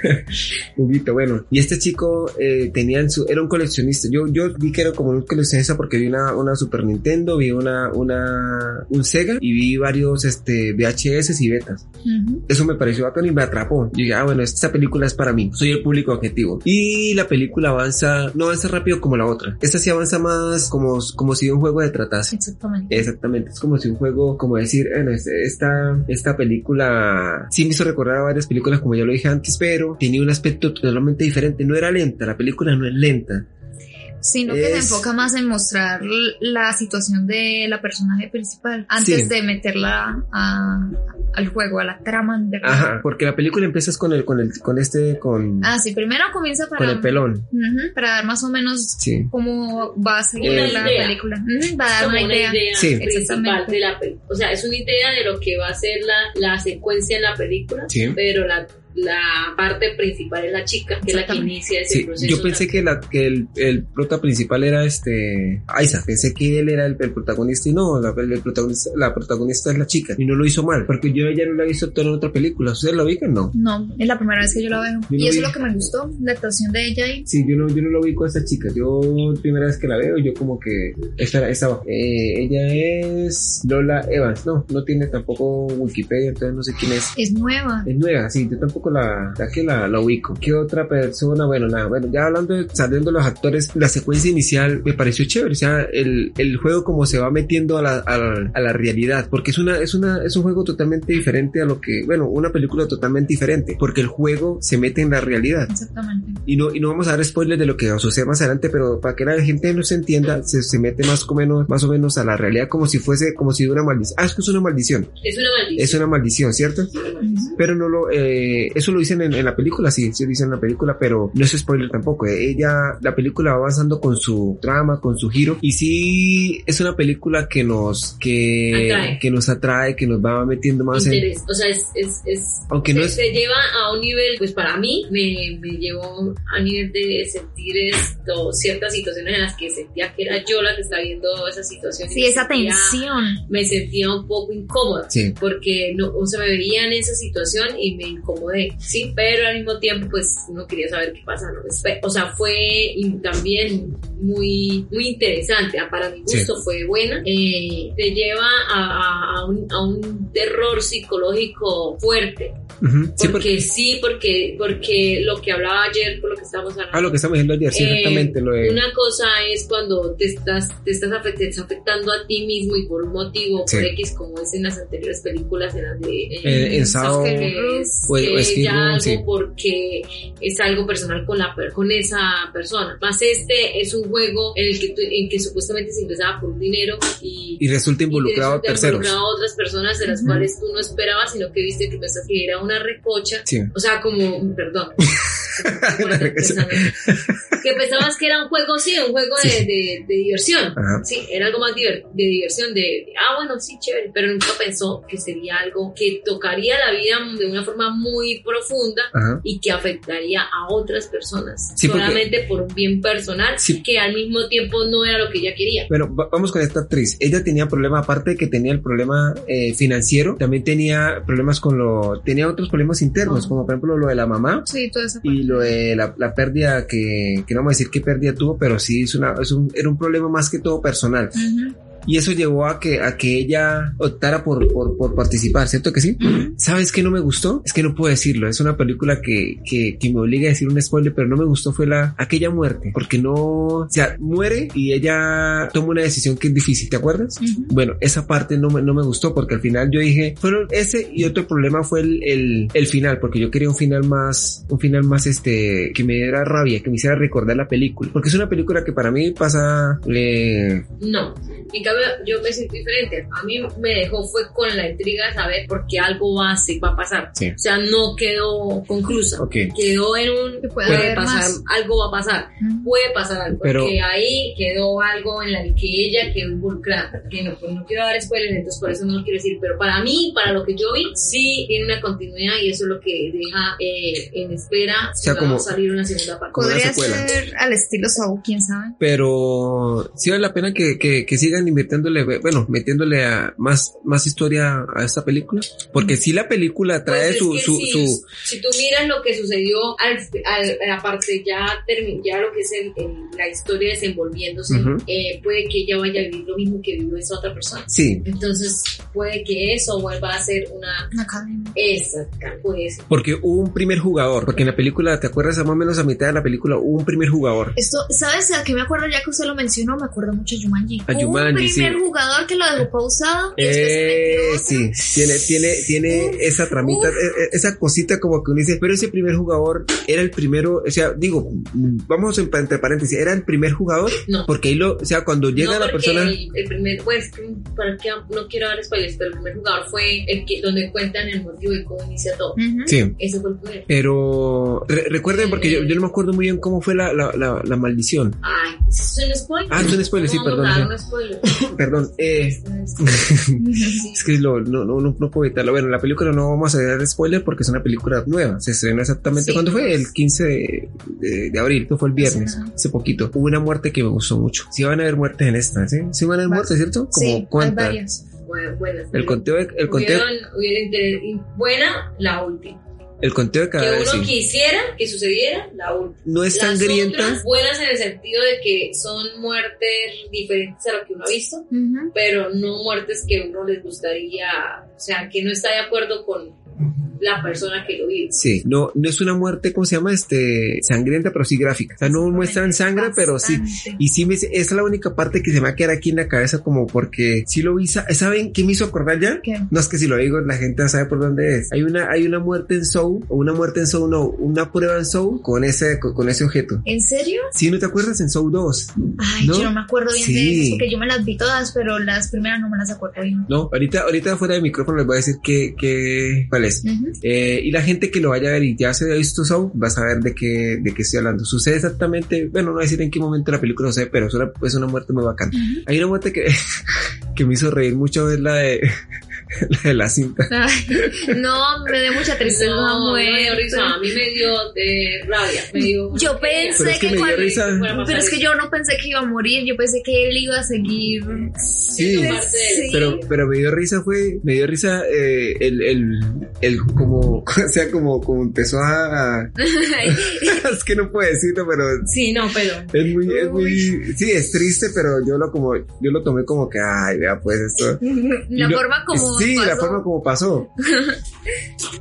Speaker 1: Huguito, bueno. Y este chico eh, tenía en su, era un coleccionista. Yo, yo vi que era como un coleccionista porque vi una, una Super Nintendo, vi una, una, un Sega y vi varios este, VHS y betas.
Speaker 5: Ujú.
Speaker 1: Eso me pareció bacano y me atrapó. Y dije, ah, bueno, esta película es para mí. Soy el público objetivo. Y la película avanza, no avanza rápido como la otra. Esta sí avanza más como, como si de un juego se tratase.
Speaker 5: Exactamente.
Speaker 1: Exactamente, es como si un juego, como decir, bueno, es- esta, esta película sí me hizo recordar a varias películas, como ya lo dije antes, pero tenía un aspecto totalmente diferente. No era lenta, la película no es lenta.
Speaker 5: Sino que se
Speaker 1: Eh, Es-
Speaker 5: enfoca más en mostrar l- la situación de la personaje principal antes
Speaker 1: Sí.
Speaker 5: de meterla a- al juego, a la trama. de-
Speaker 1: Ajá, porque la película empiezas con el, con el, con este, con,
Speaker 5: Ah, sí, primero comienza para,
Speaker 1: con el pelón.
Speaker 5: Ujú, para dar más o menos
Speaker 1: Sí,
Speaker 5: cómo va a seguir
Speaker 1: Una
Speaker 5: la
Speaker 4: idea.
Speaker 5: película. Ujú, va a dar
Speaker 4: Como
Speaker 5: una idea.
Speaker 1: Sí.
Speaker 4: principal de la película. O sea, es una idea de lo que va a ser la, la secuencia en la película,
Speaker 1: sí.
Speaker 4: pero la, la parte principal es la chica, que es la que
Speaker 5: Exactamente.
Speaker 4: inicia ese
Speaker 1: Sí,
Speaker 4: proceso.
Speaker 1: yo pensé que, la, que el, el prota principal era este Aiza, pensé que él era el, el protagonista y no, la, el protagonista, la protagonista es la chica y no lo hizo mal, porque yo ya no la he visto actuar en otra película, ¿ustedes la ubican? No.
Speaker 5: No, es la primera vez que yo la veo.
Speaker 1: Yo
Speaker 5: Y
Speaker 1: no
Speaker 5: eso
Speaker 1: vi.
Speaker 5: es lo que me gustó, la actuación de ella ahí.
Speaker 1: Sí, yo no, yo no lo ubico a esta chica. Yo, primera vez que la veo, yo como que. Esta, esta va. Eh, ella es Lola Evans. No, no tiene tampoco Wikipedia, entonces no sé quién es.
Speaker 5: Es nueva.
Speaker 1: Es nueva, sí, yo tampoco la, la que la, la ubico. ¿Qué otra persona? Bueno, nada, bueno, ya hablando, de- saliendo de los actores, la secuencia inicial me pareció chévere, o sea, el, el juego como se va metiendo a la, a, la- a la realidad, porque es una, es una, es un juego totalmente diferente a lo que, bueno, una película totalmente diferente, porque el juego se mete en la realidad.
Speaker 5: Exactamente.
Speaker 1: Y no, y no vamos a dar spoilers de lo que sucede más adelante, pero para que la gente nos entienda, se, se mete más o menos, más o menos a la realidad como si fuese, como si fuera una maldición. Ah, es que es una maldición.
Speaker 4: Es una maldición.
Speaker 1: Es una maldición, ¿cierto?
Speaker 5: Ujú.
Speaker 1: Pero no lo, eh, eso lo dicen en, en la película, sí, se lo dicen en la película, pero no es spoiler tampoco. eh. Ella, la película va avanzando con su trama, con su giro, y sí es una película que nos, que,
Speaker 4: Atrae.
Speaker 1: que nos atrae, que nos va metiendo más en,
Speaker 4: Interés. O sea, es, es, es
Speaker 1: aunque no
Speaker 4: se,
Speaker 1: es,
Speaker 4: se lleva a un nivel, pues para mí, me, me llevó a nivel de sentir esto, ciertas situaciones en las que sentía que era yo la que estaba viendo esa situación. y
Speaker 5: Sí,
Speaker 4: me
Speaker 5: esa
Speaker 4: sentía-
Speaker 5: tensión.
Speaker 4: Me sentía un poco incómoda.
Speaker 1: sí.
Speaker 4: Porque no, o sea, me veía en esa situación y me incomodé, sí, pero al mismo tiempo, pues no quería saber qué pasa, ¿no? Pues, fue- O sea, fue in- también muy, muy interesante, ah, para mi gusto fue buena. Eh, te lleva a, a- a un, a un terror psicológico fuerte,
Speaker 1: Ujú, sí, porque,
Speaker 4: porque sí, porque, porque lo que hablaba ayer, por lo que estábamos hablando.
Speaker 1: ah, lo que estamos diciendo ayer, sí,
Speaker 4: Eh,
Speaker 1: exactamente, lo de,
Speaker 4: Una cosa es cuando te estás, te estás afect- te está afectando a ti mismo y por un motivo, por
Speaker 1: Sí.
Speaker 4: X, como es en las anteriores películas, en las de... eh,
Speaker 1: Eh, en Sao, pues,
Speaker 4: que es,
Speaker 1: o- o
Speaker 4: que
Speaker 1: Escape
Speaker 4: ya
Speaker 1: Room,
Speaker 4: algo
Speaker 1: sí.
Speaker 4: porque es algo personal con, la, per- con esa persona. Más este es un juego en el que, tú- en que supuestamente se ingresaba por un dinero y...
Speaker 1: y resulta
Speaker 4: y
Speaker 1: involucrado a
Speaker 4: resulta
Speaker 1: terceros.
Speaker 4: involucrado a otras personas de las
Speaker 5: Ujú.
Speaker 4: cuales tú no esperabas, sino que viste que pensas que era una recocha
Speaker 1: Sí.
Speaker 4: o sea, como, perdón.
Speaker 1: [LAUGHS] Una regresa.
Speaker 4: que pensabas que era un juego, sí, un juego de,
Speaker 1: Sí. Ah.
Speaker 4: de- de diversión.
Speaker 1: Ajá.
Speaker 4: Sí, era algo más diver- de diversión, de, ah, bueno, sí, chévere, pero nunca pensó que sería algo que tocaría la vida de una forma muy profunda
Speaker 1: Ajá.
Speaker 4: y que afectaría a otras personas,
Speaker 1: Sí, porque-
Speaker 4: solamente por un bien personal,
Speaker 1: Sí.
Speaker 4: que al mismo tiempo no era lo que ella quería.
Speaker 1: Bueno, va- vamos con esta actriz. Ella tenía problemas, aparte de que tenía el problema eh, financiero, también tenía problemas con lo... Tenía otros problemas internos,
Speaker 5: Ajá.
Speaker 1: como por ejemplo lo de la mamá
Speaker 5: Sí, toda esa parte.
Speaker 1: y lo de la, la pérdida
Speaker 5: Mm.
Speaker 1: que, que no vamos a decir qué pérdida tuvo, pero sí es una, es un, era un problema más que todo personal.
Speaker 5: Ujú.
Speaker 1: Y eso llevó a que, a que ella optara por, por, por participar, ¿cierto que sí? ¿Sabes qué no me gustó? Es que no puedo decirlo. Es una película que, que, que me obliga a decir un spoiler, pero no me gustó fue la, aquella muerte. Porque no, o sea, muere y ella toma una decisión que es difícil, ¿te acuerdas?
Speaker 5: Ujú.
Speaker 1: Bueno, esa parte no me, no me gustó porque al final yo dije, fueron ese y otro problema fue el, el, el final, porque yo quería un final más, un final más este, que me diera rabia, que me hiciera recordar la película. Porque es una película que para mí pasa, eh,
Speaker 4: No, en cambio yo me sentí diferente. A mí me dejó fue con la intriga saber por qué algo va a, se- va a pasar.
Speaker 1: Sí.
Speaker 4: O sea, no quedó conclusa.
Speaker 1: ok.
Speaker 4: Quedó en un
Speaker 5: Que puede
Speaker 4: puede
Speaker 5: haber
Speaker 4: pasar,
Speaker 5: más.
Speaker 4: algo va a pasar,
Speaker 5: Ujú.
Speaker 4: puede pasar algo.
Speaker 1: Pero-
Speaker 4: porque ahí quedó algo en la que ella quedó involucrada. Que no, pues no quiero dar spoilers, entonces por eso no lo quiero decir. Pero para mí, para lo que yo vi, sí tiene una continuidad y eso es lo que deja eh, en espera si
Speaker 1: sea,
Speaker 4: va
Speaker 1: como-
Speaker 4: a salir una segunda parte.
Speaker 1: Como una
Speaker 5: Podría
Speaker 1: secuela.
Speaker 5: ser al estilo Saw, quién sabe.
Speaker 1: pero sí vale la pena que, que, que sigan invirtiéndole, bueno, metiéndole a más, más historia a esta película, porque si la película
Speaker 4: Pues
Speaker 1: trae
Speaker 4: es
Speaker 1: su,
Speaker 4: que
Speaker 1: su,
Speaker 4: si,
Speaker 1: su-
Speaker 4: si tú miras lo que sucedió al, al- a la parte ya termi- ya lo que es el- el- la historia desenvolviéndose,
Speaker 1: Ujú.
Speaker 4: eh, puede que ella vaya a vivir lo mismo que vivió esa otra persona.
Speaker 1: sí,
Speaker 4: Entonces puede que eso vuelva a ser una
Speaker 5: Una cadena.
Speaker 4: esa, pues
Speaker 1: porque hubo un primer jugador, porque en la película, ¿te acuerdas? Más o menos a mitad de la película hubo un primer jugador.
Speaker 5: Esto, ¿sabes a qué me acuerdo? Ya que usted lo mencionó, me acuerdo mucho de Jumanji.
Speaker 1: A
Speaker 5: Hubo Un
Speaker 1: Jumanji, sí.
Speaker 5: primer jugador que lo dejó pausado y después se metió
Speaker 1: Eh,
Speaker 5: otro.
Speaker 1: sí, tiene, tiene, tiene esa tramita,
Speaker 5: uf.
Speaker 1: e- e- esa cosita como que uno dice, pero ese primer jugador era el primero, o sea, digo, vamos en- entre paréntesis, era el primer jugador,
Speaker 4: no.
Speaker 1: porque ahí lo, o sea, cuando llega
Speaker 4: No,
Speaker 1: la
Speaker 4: porque
Speaker 1: persona...
Speaker 4: El, el primer, pues, para que no quiero dar spoilers, pero el primer jugador fue el que donde cuentan el motivo y cómo inicia todo.
Speaker 5: Ujú.
Speaker 1: Sí,
Speaker 4: Ese fue el primer.
Speaker 1: Pero re- recuerden, porque yo, yo no me acuerdo muy bien cómo fue la, la, la, la maldición.
Speaker 4: Ay, ¿eso es un spoiler.
Speaker 1: Ah, es un spoiler, sí,
Speaker 4: ¿Cómo
Speaker 1: perdón,
Speaker 4: vamos a
Speaker 1: sí.
Speaker 4: dar un
Speaker 1: [LAUGHS]
Speaker 4: spoiler? [LAUGHS]
Speaker 1: Perdón, eh,
Speaker 4: Sí.
Speaker 1: es que lo- no, no, no, no puedo evitarlo. Bueno, la película no vamos a dar spoiler porque es una película nueva. Se estrenó exactamente,
Speaker 4: Sí.
Speaker 1: ¿cuándo fue? El 15 de, de- de abril, esto fue el viernes,
Speaker 5: Hace nada.
Speaker 1: hace poquito. Hubo una muerte que me gustó mucho. Sí van a haber muertes en esta, ¿sí? Sí van a haber
Speaker 5: Va-
Speaker 1: muertes, ¿cierto? Como
Speaker 5: Sí, hay
Speaker 1: cuántas.
Speaker 5: varias.
Speaker 4: Bueno, bueno,
Speaker 1: El conteo, de- el conteo,
Speaker 4: Hubieron- hubiera interés- y buena la última.
Speaker 1: el conteo de cada
Speaker 4: que
Speaker 1: vez
Speaker 4: uno quisiera que sucediera la última.
Speaker 1: No Ah, es
Speaker 4: Las
Speaker 1: sangrienta.
Speaker 4: otras buenas en el sentido de que son muertes diferentes a lo que uno ha visto,
Speaker 5: Ujú.
Speaker 4: pero no muertes que uno les gustaría, o sea, que no está de acuerdo con la persona que lo vive.
Speaker 1: Sí, no, no es una muerte, ¿cómo se llama? Este, sangrienta, pero sí gráfica. O sea, no muestran sangre, pero sí
Speaker 5: Bastante.
Speaker 1: Y sí, me, esa es la única parte que se me va a quedar aquí en la cabeza, como porque si lo vi, sa- ¿saben qué me hizo acordar ya?
Speaker 5: ¿Qué?
Speaker 1: No es que si lo digo, la gente sabe por dónde es. Hay una, hay una muerte en Soul, o una muerte en Soul, no, una prueba en Soul con ese, con, con ese objeto.
Speaker 5: ¿En serio?
Speaker 1: Si no te acuerdas, en Soul 2.
Speaker 5: Ay,
Speaker 1: ¿No?
Speaker 5: yo no me acuerdo bien
Speaker 1: Sí.
Speaker 5: de eso porque yo me las vi todas, pero las primeras no me las acuerdo bien.
Speaker 1: No, ahorita, ahorita fuera de micrófono les voy a decir que, que, cuál es.
Speaker 5: Ujú.
Speaker 1: Eh, y la gente que lo vaya a ver y ya se ha visto Saw va a saber de qué, de qué estoy hablando. Sucede exactamente, bueno, no voy a decir en qué momento la película sucede, pero es una, es una muerte muy bacana.
Speaker 5: Ujú. [LAUGHS]
Speaker 1: Hay una muerte que, [LAUGHS] que me hizo reír mucho, es la de [LAUGHS] la, de la cinta.
Speaker 5: Ay, no, me dio mucha tristeza.
Speaker 4: no, no me dio
Speaker 5: muerte.
Speaker 4: risa, a mí me dio de rabia, me dio...
Speaker 5: Yo pensé
Speaker 1: Pero es
Speaker 5: que
Speaker 1: que me dio
Speaker 5: cuando-
Speaker 1: risa.
Speaker 5: Pero es que yo no pensé que iba a morir, yo pensé que él iba a seguir.
Speaker 1: [LAUGHS] Sí,
Speaker 4: parte del-
Speaker 5: Sí.
Speaker 1: pero, pero me dio risa fue, me dio risa eh, el, el, el como, [LAUGHS] o sea, como, como empezó a, [LAUGHS] es que no puedo decirlo, pero
Speaker 4: Sí, no, pero...
Speaker 1: es muy, es muy,
Speaker 5: Uy.
Speaker 1: sí, es triste, pero yo lo como, yo lo tomé como que, ay, vea, pues esto. Y
Speaker 5: La
Speaker 1: lo-
Speaker 5: forma como.
Speaker 1: Sí, la
Speaker 5: pasó.
Speaker 1: forma como
Speaker 5: [LAUGHS]
Speaker 1: pasó.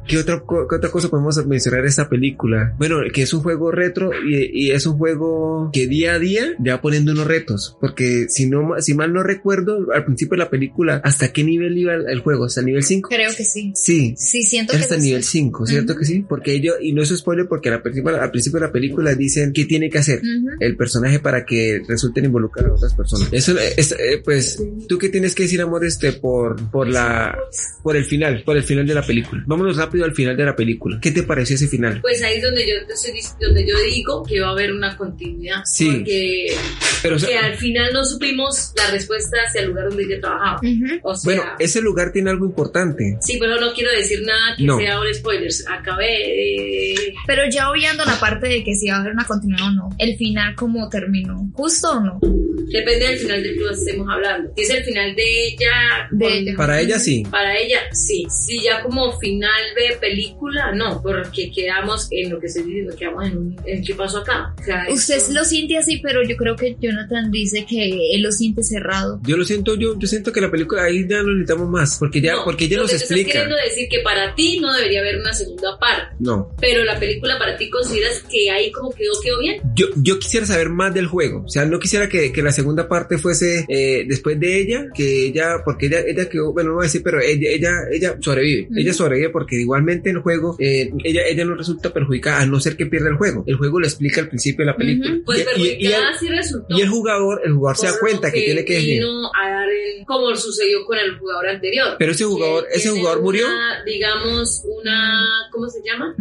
Speaker 1: ¿Qué, otra co- qué otra cosa podemos mencionar de esta película? Bueno, que es un juego retro y, y es un juego que día a día ya poniendo unos retos. Porque si no, ma- si mal no recuerdo, al principio de la película, ¿hasta qué nivel iba el, el juego? ¿Hasta el nivel 5?
Speaker 5: Creo que sí.
Speaker 1: Sí.
Speaker 5: Sí, siento que.
Speaker 1: Hasta el
Speaker 5: sí.
Speaker 1: nivel 5, ¿cierto
Speaker 5: Ujú.
Speaker 1: que sí? Porque ellos, y no es spoiler porque la película- al principio de la película dicen qué tiene que hacer
Speaker 5: Ujú.
Speaker 1: el personaje para que resulten involucradas a otras personas. Eso eh, es, eh, pues, tú qué tienes que decir, amor, este, por, por la, por el final, por el final de la película. Vámonos rápido al final de la película. ¿Qué te pareció ese final?
Speaker 4: Pues ahí es donde yo, te estoy dic- donde yo digo que va a haber una continuidad.
Speaker 1: Sí.
Speaker 4: Porque
Speaker 1: Pero, o sea,
Speaker 4: que al final no supimos la respuesta hacia el lugar donde ella trabajaba.
Speaker 5: Ujú.
Speaker 4: O sea,
Speaker 1: bueno, ese lugar tiene algo importante.
Speaker 4: sí, pero no quiero decir nada que
Speaker 1: No.
Speaker 4: sea un spoilers. Acabé. eh,
Speaker 5: Pero ya obviando la parte de que si va a haber una continuidad o no, el final como terminó, justo o no.
Speaker 4: Depende del final del que estemos hablando. Si es el final de ella,
Speaker 5: De-
Speaker 4: con-
Speaker 1: Para ella sí.
Speaker 4: para ella sí. Si ya como final de película, no, porque quedamos en lo que estoy diciendo, quedamos en, un- en qué pasó acá. O sea,
Speaker 5: Usted
Speaker 4: esto-
Speaker 5: lo siente así, pero yo creo que Jonathan dice que él lo siente cerrado.
Speaker 1: Yo lo siento, yo, yo siento que la película ahí ya no necesitamos más, porque ya, porque ya
Speaker 4: lo
Speaker 1: nos
Speaker 4: que te estás
Speaker 1: explica.
Speaker 4: queriendo decir que para ti no debería haber una segunda parte,
Speaker 1: No,
Speaker 4: pero la película para ti consideras que ahí como quedó, quedó bien.
Speaker 1: yo, yo quisiera saber más del juego, o sea, no quisiera que, que la segunda parte fuese eh, después de ella, que ella, porque ella, ella quedó, bueno, no voy a decir, pero ella, ella, ella sobrevive,
Speaker 5: Ujú.
Speaker 1: ella sobrevive porque igualmente el juego, eh, ella, ella no resulta perjudicada a no ser que pierda el juego, el juego lo explica al principio de la película.
Speaker 4: Pues
Speaker 1: Y- y- y el-
Speaker 4: perjudicada sí resultó.
Speaker 1: Y el jugador, el jugador se da
Speaker 4: por
Speaker 1: cuenta
Speaker 4: lo
Speaker 1: que, tiene que definir.
Speaker 4: vino a dar el- como sucedió con el jugador anterior.
Speaker 1: Pero ese jugador,
Speaker 4: Que
Speaker 1: ese
Speaker 4: tiene
Speaker 1: jugador murió.
Speaker 4: una, digamos, una, ¿cómo se llama?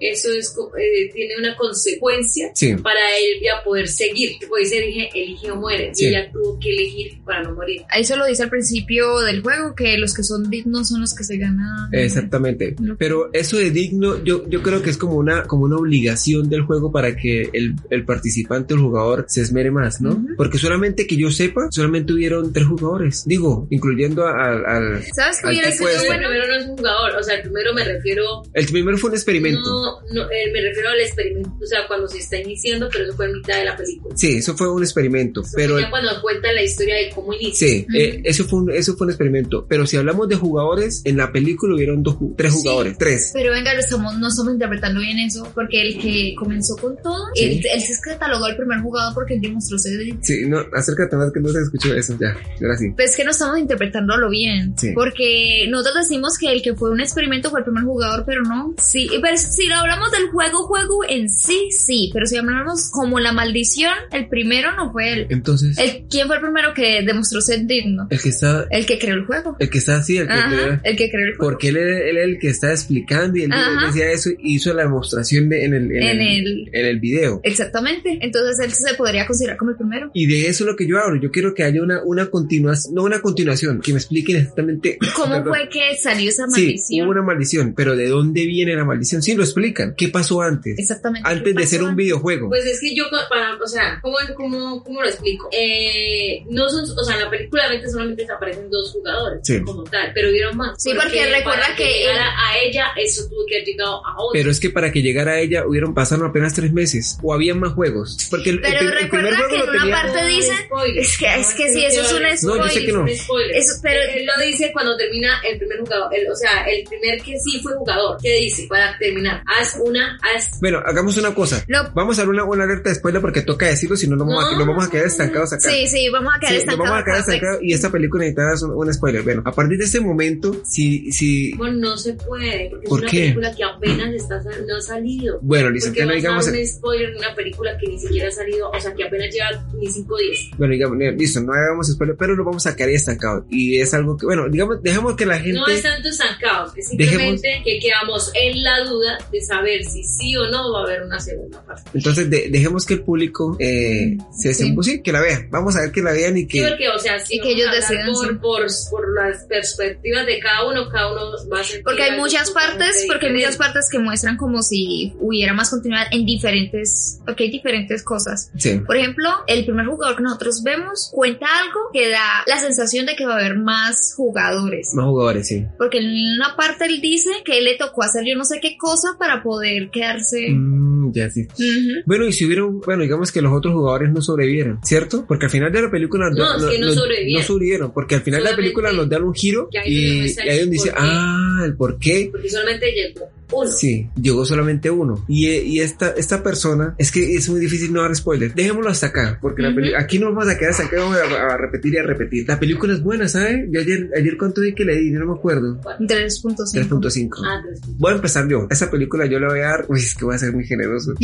Speaker 4: Eso es, co- eh, tiene una consecuencia
Speaker 1: Sí.
Speaker 4: para él ya poder seguir. Como dice, dije, elige o muere.
Speaker 1: Sí.
Speaker 4: Y ella tuvo que elegir para no morir.
Speaker 5: Eso lo dice al principio del juego, que los que son dignos son los que se ganan.
Speaker 1: Exactamente. Pero eso de digno, yo, yo creo que es como una, como una obligación del juego para que el, el participante, el jugador, se esmere más, ¿no?
Speaker 5: Ujú.
Speaker 1: Porque solamente que yo sepa, solamente hubieron tres jugadores. Digo, incluyendo a- al- al.
Speaker 5: ¿Sabes qué
Speaker 1: Al
Speaker 5: hubiera
Speaker 1: que
Speaker 5: sido
Speaker 1: puede ser.
Speaker 4: el
Speaker 5: bueno?
Speaker 4: primero no es un jugador, o sea, el primero me refiero.
Speaker 1: El primero fue un experimento.
Speaker 4: No, no, eh, me refiero al experimento, o sea, cuando se está iniciando, pero eso fue en mitad de la película.
Speaker 1: Sí, eso fue un experimento.
Speaker 4: Eso
Speaker 1: Pero
Speaker 4: fue ya cuando cuenta la historia de cómo inicia.
Speaker 1: Sí,
Speaker 5: Ujú.
Speaker 1: eh, eso, fue un, eso fue un experimento. Pero si hablamos de jugadores, en la película hubieron dos, ju- tres
Speaker 5: Sí.
Speaker 1: jugadores. Tres.
Speaker 5: Pero venga, lo estamos, no estamos interpretando bien eso, porque el que comenzó con todo,
Speaker 1: Sí.
Speaker 5: él, él se catalogó al primer jugador porque él demostró ser digno.
Speaker 1: Sí, no, acércate más que no se escuchó eso. Ya, ahora sí.
Speaker 5: Pues que no estamos interpretándolo bien,
Speaker 1: Sí.
Speaker 5: porque nosotros decimos que el que fue un experimento fue el primer jugador, pero no. Sí, y pero si lo hablamos del juego, juego en sí, sí, pero si hablamos como la maldición, el primero no fue él.
Speaker 1: Entonces,
Speaker 4: Eh.
Speaker 1: el,
Speaker 5: El, ¿Quién fue el primero que demostró ser digno?
Speaker 1: que está,
Speaker 5: El que creó el juego.
Speaker 1: el que está así, el que
Speaker 5: Ajá, el que creó el juego.
Speaker 1: porque él era, él era el que estaba explicando y él
Speaker 5: Ajá.
Speaker 1: decía eso y hizo la demostración de- en, el, en,
Speaker 5: En
Speaker 1: el, en el video.
Speaker 5: Exactamente. Entonces él se podría considerar como el primero.
Speaker 1: Y de eso es lo que yo hablo. Yo quiero que haya una, una continuación, no una continuación, que me expliquen exactamente.
Speaker 5: [CLEARS THROAT] ¿Cómo
Speaker 1: Perdón.
Speaker 5: fue que salió esa
Speaker 1: Sí,
Speaker 5: maldición?
Speaker 1: hubo una maldición, pero ¿de dónde viene la maldición? Sí, lo explican. ¿Qué pasó antes?
Speaker 5: Exactamente.
Speaker 1: Antes
Speaker 5: ¿Qué
Speaker 1: de ser
Speaker 5: pasó?
Speaker 1: un videojuego.
Speaker 4: Pues es que yo, co- para, o sea, ¿cómo, cómo, cómo lo explico? Eh, no son, o sea, en la película realmente solamente aparecen dos jugadores,
Speaker 1: Sí.
Speaker 4: como tal, pero vieron más.
Speaker 5: Sí, porque recuerda
Speaker 4: para
Speaker 5: que-
Speaker 4: llegara a ella, eso tuvo que haber llegado a otro.
Speaker 1: Pero es que para que llegara a ella hubieron pasado apenas tres meses o había más juegos. Porque el, el
Speaker 5: Pero
Speaker 1: pri- el
Speaker 5: recuerda
Speaker 1: primer
Speaker 5: que
Speaker 1: juego
Speaker 5: en
Speaker 1: lo
Speaker 5: una
Speaker 1: tenía.
Speaker 5: parte- aparte
Speaker 4: No,
Speaker 5: dicen-
Speaker 4: spoiler.
Speaker 5: es que- es que
Speaker 4: No,
Speaker 5: sí,
Speaker 4: no
Speaker 5: eso es
Speaker 4: quiero
Speaker 5: un
Speaker 4: dar
Speaker 1: No, yo sé que no.
Speaker 4: un spoiler.
Speaker 5: Eso- pero-
Speaker 4: Él lo dice cuando termina el primer jugador, el- o sea, el primer que sí fue jugador. ¿Qué dice? Para terminar, haz una, haz.
Speaker 1: Bueno, hagamos una cosa.
Speaker 5: No.
Speaker 1: Vamos a dar una, una alerta de spoiler porque toca decirlo, si no nos vamos, a,
Speaker 4: No,
Speaker 1: nos vamos a quedar
Speaker 4: no, no,
Speaker 1: estancados acá.
Speaker 5: Sí, sí, vamos a quedar
Speaker 1: Sí, nos
Speaker 5: estancados.
Speaker 1: vamos a quedar
Speaker 5: acá.
Speaker 1: estancados y esta película necesitaba un, un spoiler. Bueno, a partir de este momento, si, si,
Speaker 4: Bueno, no se puede, porque
Speaker 1: ¿Por
Speaker 4: es una
Speaker 1: qué?
Speaker 4: película que apenas está, sal- no ha salido.
Speaker 1: bueno, Lisa,
Speaker 4: Porque
Speaker 1: que no
Speaker 4: vas
Speaker 1: digamos,
Speaker 4: a dar un spoiler de una película que ni siquiera ha salido, o sea, que apenas lleva ni 5 días.
Speaker 1: bueno, digamos, mira, listo, no hagamos spoiler, pero lo vamos a quedar estancados y es algo que, bueno, digamos, dejemos que la gente,
Speaker 4: No es tanto estancados, es simplemente que quedamos en la duda de saber si sí o no va a haber una segunda parte.
Speaker 1: entonces de- dejemos que el público eh, se
Speaker 5: Sí.
Speaker 1: desembu- sí, que la vean, vamos a ver que la vean y
Speaker 4: Sí,
Speaker 1: que,
Speaker 4: porque, o sea, si
Speaker 5: Y que ellos
Speaker 4: vamos a hablar
Speaker 5: decidan, sí.
Speaker 4: por, por, por las perspectivas de cada uno, cada uno va a sentir
Speaker 5: Porque hay
Speaker 4: algo
Speaker 5: muchas
Speaker 4: totalmente
Speaker 5: partes, porque hay muchas
Speaker 4: diferente.
Speaker 5: partes que muestran como si hubiera más continuidad en diferentes, porque hay diferentes cosas.
Speaker 1: sí,
Speaker 5: Por ejemplo, el primer jugador que nosotros vemos cuenta algo que da la sensación de que va a haber más jugadores.
Speaker 1: más jugadores, sí.
Speaker 5: Porque en una parte él dice que le tocó hacer yo no sé qué cosa para poder quedarse.
Speaker 1: Mm, ya sí.
Speaker 5: Ujú.
Speaker 1: Bueno, y si hubieron, bueno, digamos que los otros jugadores no sobrevivieron, ¿cierto? Porque al final de la película
Speaker 4: No, es que no sobrevivieron.
Speaker 1: no sobrevivieron, porque al final de la
Speaker 4: Solamente
Speaker 1: película nos dan un giro
Speaker 4: que ahí
Speaker 1: y,
Speaker 4: nos muestran
Speaker 1: y ahí donde dice,
Speaker 4: por qué.
Speaker 1: ah, el por qué.
Speaker 4: Porque solamente llegó uno.
Speaker 1: Sí, llegó solamente uno. Y, eh, y esta, esta persona, es que es muy difícil no dar spoilers. Dejémoslo hasta acá, porque la
Speaker 5: Ujú.
Speaker 1: peli- aquí no vamos a quedar hasta acá, vamos a, a repetir y a repetir. La película es buena, ¿sabes? Yo ayer, ayer cuánto vi que le di, Yo no me acuerdo.
Speaker 5: 3.5.
Speaker 1: 3.5.
Speaker 4: Ah, tres.
Speaker 1: Voy a empezar yo. Esa película yo le voy a dar, uy, es que voy a ser muy generoso.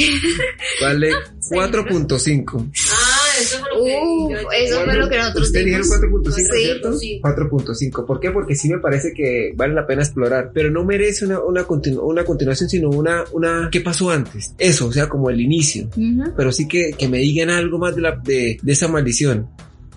Speaker 1: Vale, 4.5.
Speaker 4: Ah, eso fue lo que.
Speaker 5: Uh,
Speaker 4: yo-
Speaker 5: eso fue lo que nosotros
Speaker 1: Ustedes dijeron
Speaker 5: vimos.
Speaker 1: 4.5,
Speaker 5: Sí.
Speaker 1: ¿cierto?
Speaker 4: Sí.
Speaker 1: 4.5. ¿Por qué? Porque sí me parece que vale la pena explorar, pero no merece una, una, continu- una continuación, sino una, una... ¿Qué pasó antes? Eso, o sea, como el inicio.
Speaker 5: Ujú.
Speaker 1: Pero sí que, que me digan algo más de, la, de, de esa maldición.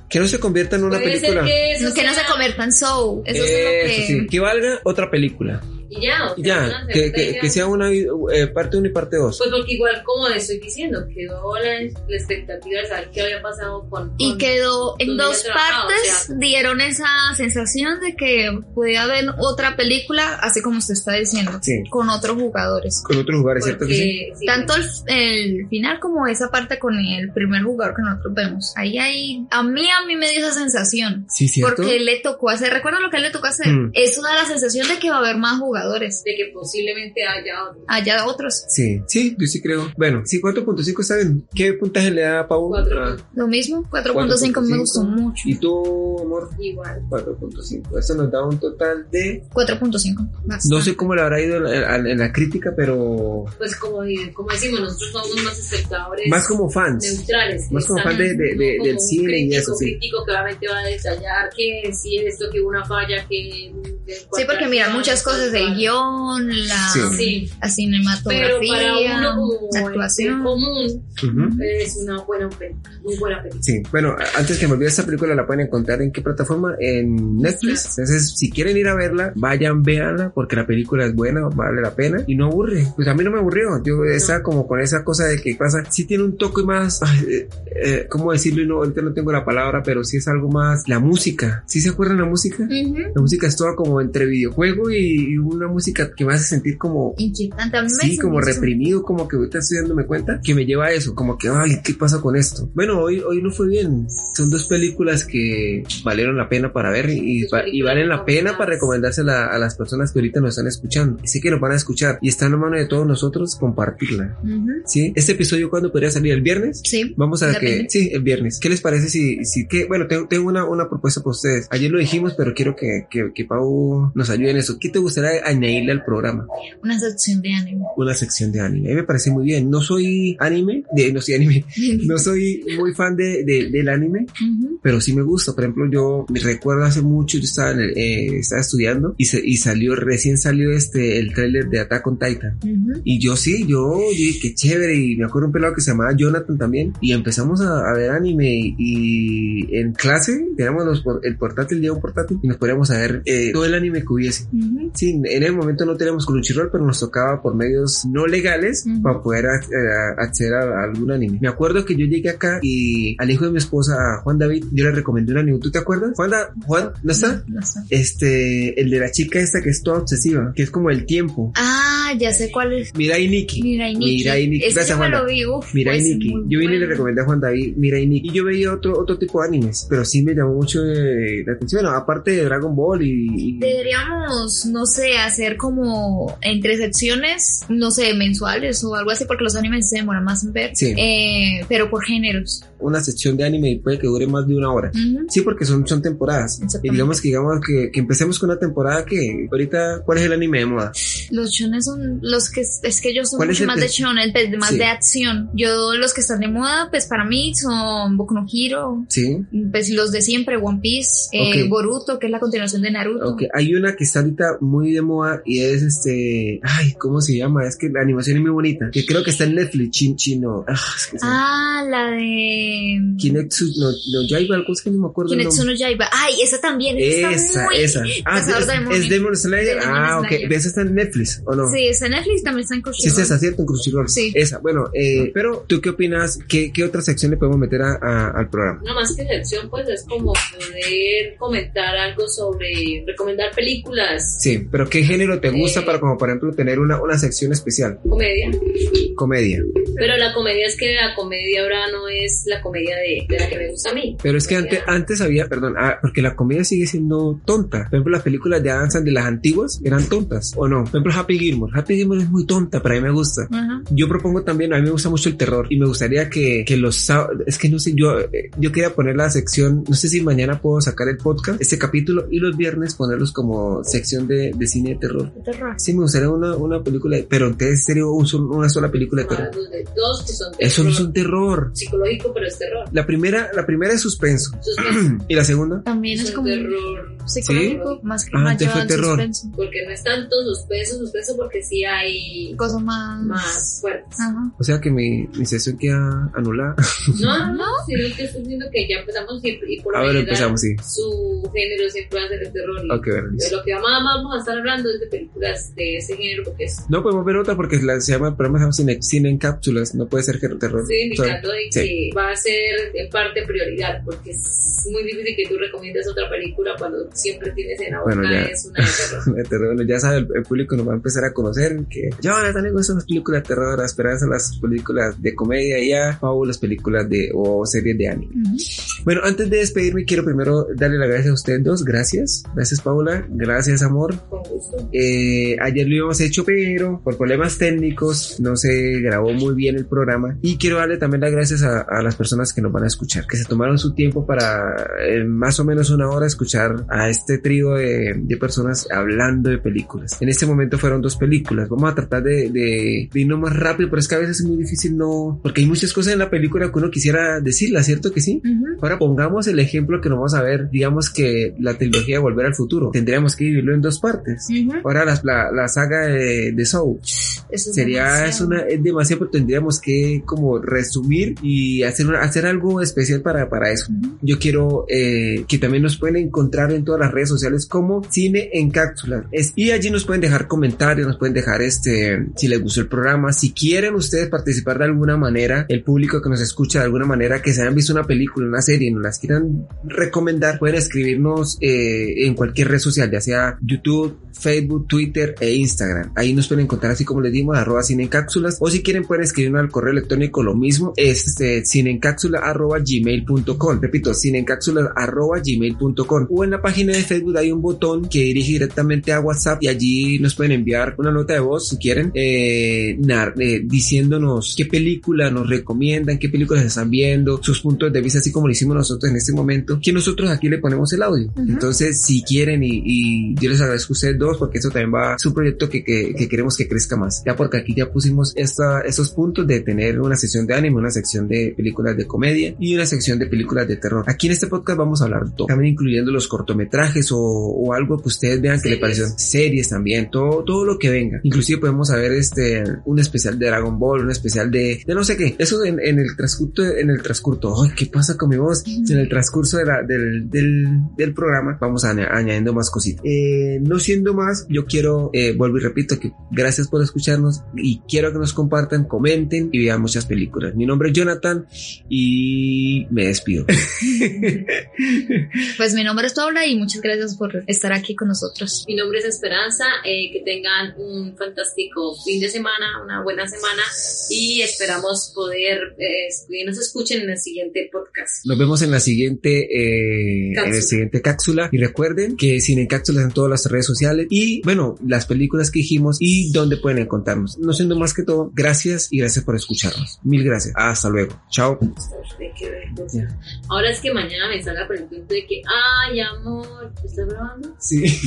Speaker 1: Que no se convierta en una
Speaker 4: Puede ser
Speaker 1: película.
Speaker 4: que eso
Speaker 5: Que no se
Speaker 4: sea-
Speaker 5: convierta en show. Eso es lo que...
Speaker 1: sí. Que valga otra película.
Speaker 4: Y ya, o sea,
Speaker 1: Ya,
Speaker 4: una
Speaker 1: que, que,
Speaker 4: tercera.
Speaker 1: que sea una eh, parte 1 y parte 2.
Speaker 4: Pues porque igual, como les estoy diciendo, quedó la, la expectativa de saber qué había pasado con...
Speaker 5: Y
Speaker 4: con-
Speaker 5: quedó en
Speaker 4: donde
Speaker 5: dos
Speaker 4: ella trabajaba,
Speaker 5: partes,
Speaker 4: o sea-
Speaker 5: dieron esa sensación de que podía haber otra película, así como usted está diciendo,
Speaker 1: Sí.
Speaker 5: con otros jugadores.
Speaker 1: Con otros lugares, ¿cierto que sí?
Speaker 4: porque- sí,
Speaker 5: Tanto el, el final como esa parte con el primer jugador que nosotros vemos. Ahí, ahí, a mí, a mí me dio esa sensación.
Speaker 1: Sí, ¿cierto?
Speaker 5: Porque le tocó hacer, recuerda lo que le tocó hacer.
Speaker 1: Mm.
Speaker 5: Eso da la sensación de que va a haber más jugadores.
Speaker 4: de que posiblemente haya otro.
Speaker 5: Allá otros.
Speaker 1: Sí, sí, yo sí creo. Bueno, sí, 4.5 está bien. ¿Qué puntaje le da a Pau?
Speaker 4: Cuatro.
Speaker 1: Ah,
Speaker 5: Lo mismo, 4.5 me gustó
Speaker 1: 4.5.
Speaker 5: mucho.
Speaker 1: ¿Y tú, amor?
Speaker 4: Igual.
Speaker 1: 4.5. Eso nos da un total de...
Speaker 5: 4.5. basta.
Speaker 1: No sé cómo le habrá ido en la, en la crítica, pero...
Speaker 4: Pues como, como decimos, nosotros somos más espectadores
Speaker 1: Más como fans.
Speaker 4: neutrales.
Speaker 1: más como
Speaker 4: exacto,
Speaker 1: fan de- de- de-
Speaker 4: no
Speaker 1: del
Speaker 4: como un
Speaker 1: cine y
Speaker 4: crítico,
Speaker 1: eso, sí.
Speaker 4: crítico que obviamente va a detallar que sí es esto, que hubo una falla, que...
Speaker 5: Sí, porque mira, muchas cosas del guión, la,
Speaker 1: Sí.
Speaker 4: Sí,
Speaker 5: la
Speaker 4: pero para
Speaker 5: cinematografía,
Speaker 4: uno
Speaker 5: la
Speaker 4: como en
Speaker 5: actuación.
Speaker 4: común
Speaker 1: Ujú.
Speaker 4: es una buena peli, muy buena película.
Speaker 1: Sí, bueno, antes que me olvide, esta película la pueden encontrar en qué plataforma? En Netflix. Entonces, si quieren ir a verla, vayan, véanla, porque la película es buena, vale la pena y no aburre. Pues a mí no me aburrió. Yo estaba como con esa cosa de que pasa, sí tiene un toque más, ay, eh, eh, ¿cómo decirlo? Y no, ahorita no tengo la palabra, pero sí es algo más. La música. ¿Sí se acuerdan la música?
Speaker 5: Ujú.
Speaker 1: La música es toda como entre videojuego y, y una música que me hace sentir como
Speaker 5: Inquietante. A mí me
Speaker 1: Sí,
Speaker 5: hizo
Speaker 1: como
Speaker 5: mucho-
Speaker 1: reprimido, como que ahorita estoy dándome cuenta que me lleva a eso, como que, ay, ¿qué pasa con esto? Bueno, hoy, hoy no fue bien. Son dos películas que valieron la pena para ver y,
Speaker 4: Sus
Speaker 1: va- y
Speaker 4: películas
Speaker 1: valen la pena
Speaker 4: recomendadas.
Speaker 1: para recomendársela a las personas que ahorita nos están escuchando. Y Sé que nos van a escuchar y está en la mano de todos nosotros compartirla.
Speaker 5: Ujú.
Speaker 1: ¿Sí? Este episodio, ¿cuándo podría salir? ¿El viernes?
Speaker 5: Sí.
Speaker 1: Vamos a que,
Speaker 5: Depende.
Speaker 1: sí, el viernes. ¿Qué les parece si, si que, bueno, tengo, tengo una, una propuesta para ustedes. Ayer lo dijimos, pero quiero que, que, que Pau nos ayude en eso. ¿Qué te gustaría añadirle al programa?
Speaker 5: Una sección de anime.
Speaker 1: una sección de anime. A mí me parece muy bien. No soy anime, de, no soy anime, [LAUGHS] no soy muy fan de, de- del anime,
Speaker 5: [LAUGHS] Ujú.
Speaker 1: pero sí me gusta. Por ejemplo, yo me recuerdo hace mucho, yo estaba, en el- eh, estaba estudiando y, se- y salió, recién salió este, el tráiler de Attack on Titan.
Speaker 5: Ujú.
Speaker 1: Y yo sí, yo dije, qué chévere. Y me acuerdo un pelado que se llamaba Jonathan también. Y empezamos a, a ver anime. Y, y en clase teníamos los por- el portátil, llevo un portátil. Y nos poníamos a ver eh, todo el anime que hubiese.
Speaker 5: Ujú.
Speaker 1: Sí, en el momento no teníamos Crunchyroll, pero nos tocaba por medios no legales
Speaker 5: Ujú.
Speaker 1: para poder ac- eh, acceder a, a algún anime. Me acuerdo que yo llegué acá y al hijo de mi esposa, a Juan David, yo le recomendé un anime. ¿Tú te acuerdas? Juan, Da- Juan ¿no está?
Speaker 5: No, no está.
Speaker 1: Este, el de la chica esta que es toda obsesiva, que es como el tiempo.
Speaker 5: Ah, ya sé cuál es.
Speaker 1: Mira y Nikki.
Speaker 5: Mira y Nikki.
Speaker 1: Mirai Nikki.
Speaker 5: Ese yo
Speaker 1: Gracias,
Speaker 5: me
Speaker 1: Wanda.
Speaker 5: lo vi. uf,
Speaker 1: Mira y
Speaker 5: pues,
Speaker 1: Nikki.
Speaker 5: muy
Speaker 1: Yo vine y le
Speaker 5: bueno.
Speaker 1: recomendé a Juan David Mira y Nikki. Y yo veía otro, otro tipo de animes, pero sí me llamó mucho eh, la atención. Bueno, aparte de Dragon Ball y. y-
Speaker 5: Deberíamos, no sé, hacer como entre secciones, no sé, mensuales o algo así, porque los animes se demoran más en ver,
Speaker 1: Sí.
Speaker 5: Eh, pero por géneros.
Speaker 1: una sección de anime y puede que dure más de una hora.
Speaker 5: Ujú.
Speaker 1: Sí, porque son, son temporadas.
Speaker 5: Exactamente.
Speaker 1: Y digamos que digamos que, que empecemos con una temporada que ahorita, ¿cuál es el anime de moda?
Speaker 5: Los shonen son los que es que yo soy
Speaker 1: ¿Cuál es
Speaker 5: mucho
Speaker 1: el
Speaker 5: más
Speaker 1: que-
Speaker 5: de shonen, pues, de más
Speaker 1: Sí.
Speaker 5: de acción. Yo los que están de moda, pues para mí son Boku no Hero,
Speaker 1: Sí.
Speaker 5: pues los de siempre, One Piece, eh,
Speaker 1: Ok.
Speaker 5: Boruto, que es la continuación de Naruto.
Speaker 1: Ok, hay una que está ahorita muy de moda y es este. Ay, ¿cómo se llama? Es que la animación es muy bonita. Que creo que está en Netflix, chin, chino. Ah, es que se llama
Speaker 5: Ah, la de
Speaker 1: Kinetsu no, no Yaiba, algo es que no me acuerdo. el
Speaker 5: Kinetsu
Speaker 1: nombre.
Speaker 5: no Yaiba. Ay, esa también esa está
Speaker 1: Esa,
Speaker 5: muy
Speaker 1: esa. Ah,
Speaker 5: Cazador
Speaker 1: es,
Speaker 5: de demonios.
Speaker 1: es Demon Slayer.
Speaker 5: De Demon
Speaker 1: ah, ok.
Speaker 5: Slayer.
Speaker 1: ¿De esa está en Netflix o no?
Speaker 5: Sí, está en Netflix, también está en
Speaker 1: Sí,
Speaker 5: Crunchyroll.
Speaker 1: se está cierto en Crunchyroll.
Speaker 5: Sí.
Speaker 1: Esa, bueno, eh, pero ¿tú qué opinas? ¿Qué, qué otra sección le podemos meter a- a- al programa?
Speaker 4: No más que sección, pues es como poder comentar algo sobre recomendar películas,
Speaker 1: Sí, pero ¿qué género te gusta
Speaker 4: Eh.
Speaker 1: para, como por ejemplo, tener una, una sección especial?
Speaker 4: comedia.
Speaker 1: Comedia.
Speaker 4: Pero la comedia es que la comedia ahora no es la comedia de, de la que me gusta a mí.
Speaker 1: Pero es que antes, antes había, perdón, ah, porque la comedia sigue siendo tonta. Por ejemplo, las películas de Adam de las antiguas eran tontas, ¿o no? Por ejemplo, Happy Gilmore. Happy Gilmore es muy tonta, pero a mí me gusta.
Speaker 5: Ajá.
Speaker 1: Yo propongo también, a mí me gusta mucho el terror y me gustaría que, que los sábados, es que no sé, yo, eh, yo quería poner la sección, no sé si mañana puedo sacar el podcast, este capítulo y los viernes ponerlos como sección de, de cine de terror.
Speaker 5: Qué terror.
Speaker 1: Sí, me gustaría una, una película, de- pero en serio, un solo- una sola película de terror.
Speaker 4: Más de dos que son
Speaker 1: Eso
Speaker 4: terror
Speaker 1: no es un terror.
Speaker 4: psicológico, pero es terror.
Speaker 1: [CLEARS THROAT] La primera, la primera es suspenso.
Speaker 4: Suspenso.
Speaker 1: ¿Y la segunda?
Speaker 5: También es
Speaker 4: Es un
Speaker 5: como
Speaker 4: terror
Speaker 5: psicológico más que
Speaker 1: Ah,
Speaker 5: más
Speaker 1: entonces fue
Speaker 5: llevan
Speaker 1: terror.
Speaker 5: suspenso.
Speaker 4: Porque no es tanto suspenso, suspenso porque sí hay
Speaker 5: Cosas más. Ah.
Speaker 4: más fuertes.
Speaker 5: Ajá.
Speaker 1: O sea que mi, mi sesión queda anulada.
Speaker 4: No, no, sino que estoy diciendo que ya empezamos siempre y por lo
Speaker 1: [LAUGHS] A ver,
Speaker 4: general,
Speaker 1: empezamos, sí.
Speaker 4: su género siempre va a ser el terror. y
Speaker 1: Ok, bueno,
Speaker 4: De
Speaker 1: listo.
Speaker 4: lo que más vamos a estar hablando es de películas de ese género porque es
Speaker 1: No podemos ver otra porque la, se llama, el programa se llama Cine, Cine en Cápsulas. No puede ser que terror.
Speaker 4: estoy
Speaker 1: o [LAUGHS] sea,
Speaker 4: indicando de que
Speaker 1: sí.
Speaker 4: va a ser en parte prioridad porque es muy difícil que tú recomiendes otra película cuando siempre tienes en la boca
Speaker 1: Bueno, ya.
Speaker 4: es una de terror.
Speaker 1: de terror. Bueno, ya sabe, el, el público nos va a empezar a conocer que ya van a tener esas películas de terror, esperanza, las películas de comedia y a Pau, las películas de o series de anime.
Speaker 5: Ujú.
Speaker 1: Bueno, antes de despedirme, quiero primero darle las gracias a ustedes dos. Gracias. Gracias, Paula. Gracias, amor.
Speaker 4: Con gusto.
Speaker 1: Eh, ayer lo íbamos hecho, pero por problemas técnicos no se grabó muy bien el programa. Y quiero darle también las gracias a, a las personas que nos van a escuchar, que se tomaron su tiempo para en más o menos una hora escuchar a este trío de, de personas hablando de películas. En este momento fueron dos películas. Vamos a tratar de, de, de irnos más rápido, pero es que a veces es muy difícil no, porque hay muchas cosas en la película que uno quisiera decirlas, ¿cierto que sí?
Speaker 5: Ujú.
Speaker 1: Ahora pongamos el ejemplo que nos vamos a ver, digamos que la trilogía de Volver al Futuro, tendríamos que dividirlo en dos partes.
Speaker 5: Ujú.
Speaker 1: Ahora las- la, la saga de, de Soul
Speaker 5: Eso es
Speaker 1: sería es
Speaker 5: demasiado.
Speaker 1: una es demasiado, pero tendríamos que como resumir y hacer una- hacer algo especial para para eso.
Speaker 5: Ujú.
Speaker 1: Yo quiero eh, que también nos pueden encontrar en todas las redes sociales como Cine en Cápsula. Es- y allí nos pueden dejar comentarios, nos pueden dejar este, si les gustó el programa, si quieren ustedes participar de alguna manera, el público que nos escucha de alguna manera, que se hayan visto una película, una serie, y nos las quieran recomendar, pueden escribirnos eh, en cualquier red social, ya sea YouTube, Facebook, Twitter e Instagram. Ahí nos pueden encontrar así como les dimos, arroba Cine en Cápsulas, o si quieren pueden escribirnos al correo electrónico lo mismo, este, cinencápsula arroba gmail.com. Repito, cinencápsula arroba gmail.com. O en la página de Facebook hay un botón que dirige directamente a WhatsApp y allí nos pueden enviar una nota de voz si quieren, eh, nar- eh, diciéndonos qué película nos recomiendan, qué películas están viendo, sus puntos de vista, así como lo hicimos nosotros en este momento, que nosotros aquí le ponemos el audio.
Speaker 5: Ujú.
Speaker 1: Entonces, si quieren, y, y yo les agradezco a ustedes dos, porque eso también va, es un proyecto que, que, que queremos que crezca más. Ya porque aquí ya pusimos esta, estos puntos de tener una sección de anime, una sección de películas de comedia y una sección de películas de terror. Aquí en este podcast vamos a hablar de todo, también incluyendo los cortometrajes o, o algo que ustedes vean que le
Speaker 4: Series.
Speaker 1: pareció. Series también, todo, todo lo que venga. Inclusive podemos saber este, un especial de Dragon Ball, un especial de, de no sé qué. Eso en, en el transcurso, en el transcurso, ay, ¿qué pasa con mi voz? En el transcurso de la- del, del, del programa vamos a- añadiendo más cositas. Eh, no siendo más, yo quiero, eh, vuelvo y repito, que gracias por escucharnos y quiero que nos compartan, comenten y vean muchas películas. Mi nombre es Jonathan y me despido.
Speaker 5: Pues mi nombre es Paula y muchas gracias por estar aquí con nosotros.
Speaker 4: Mi nombre es Esperanza, eh, que tengan un fantástico fin de semana, una buena semana y esperamos poder eh, que nos escuchen en el siguiente podcast.
Speaker 1: Nos vemos en la siguiente, eh, en
Speaker 4: Cápsula.
Speaker 1: el siguiente cápsula. Y recuerden que Cine Cápsulas en todas las redes sociales y, bueno, las películas que dijimos y dónde pueden encontrarnos. No siendo más que todo, gracias y gracias por escucharnos. Mil gracias. Hasta luego. Chao.
Speaker 4: Hay que ver cosas. Ahora es que mañana me salga por el punto de que, ay amor, ¿tú ¿estás grabando?
Speaker 1: Sí.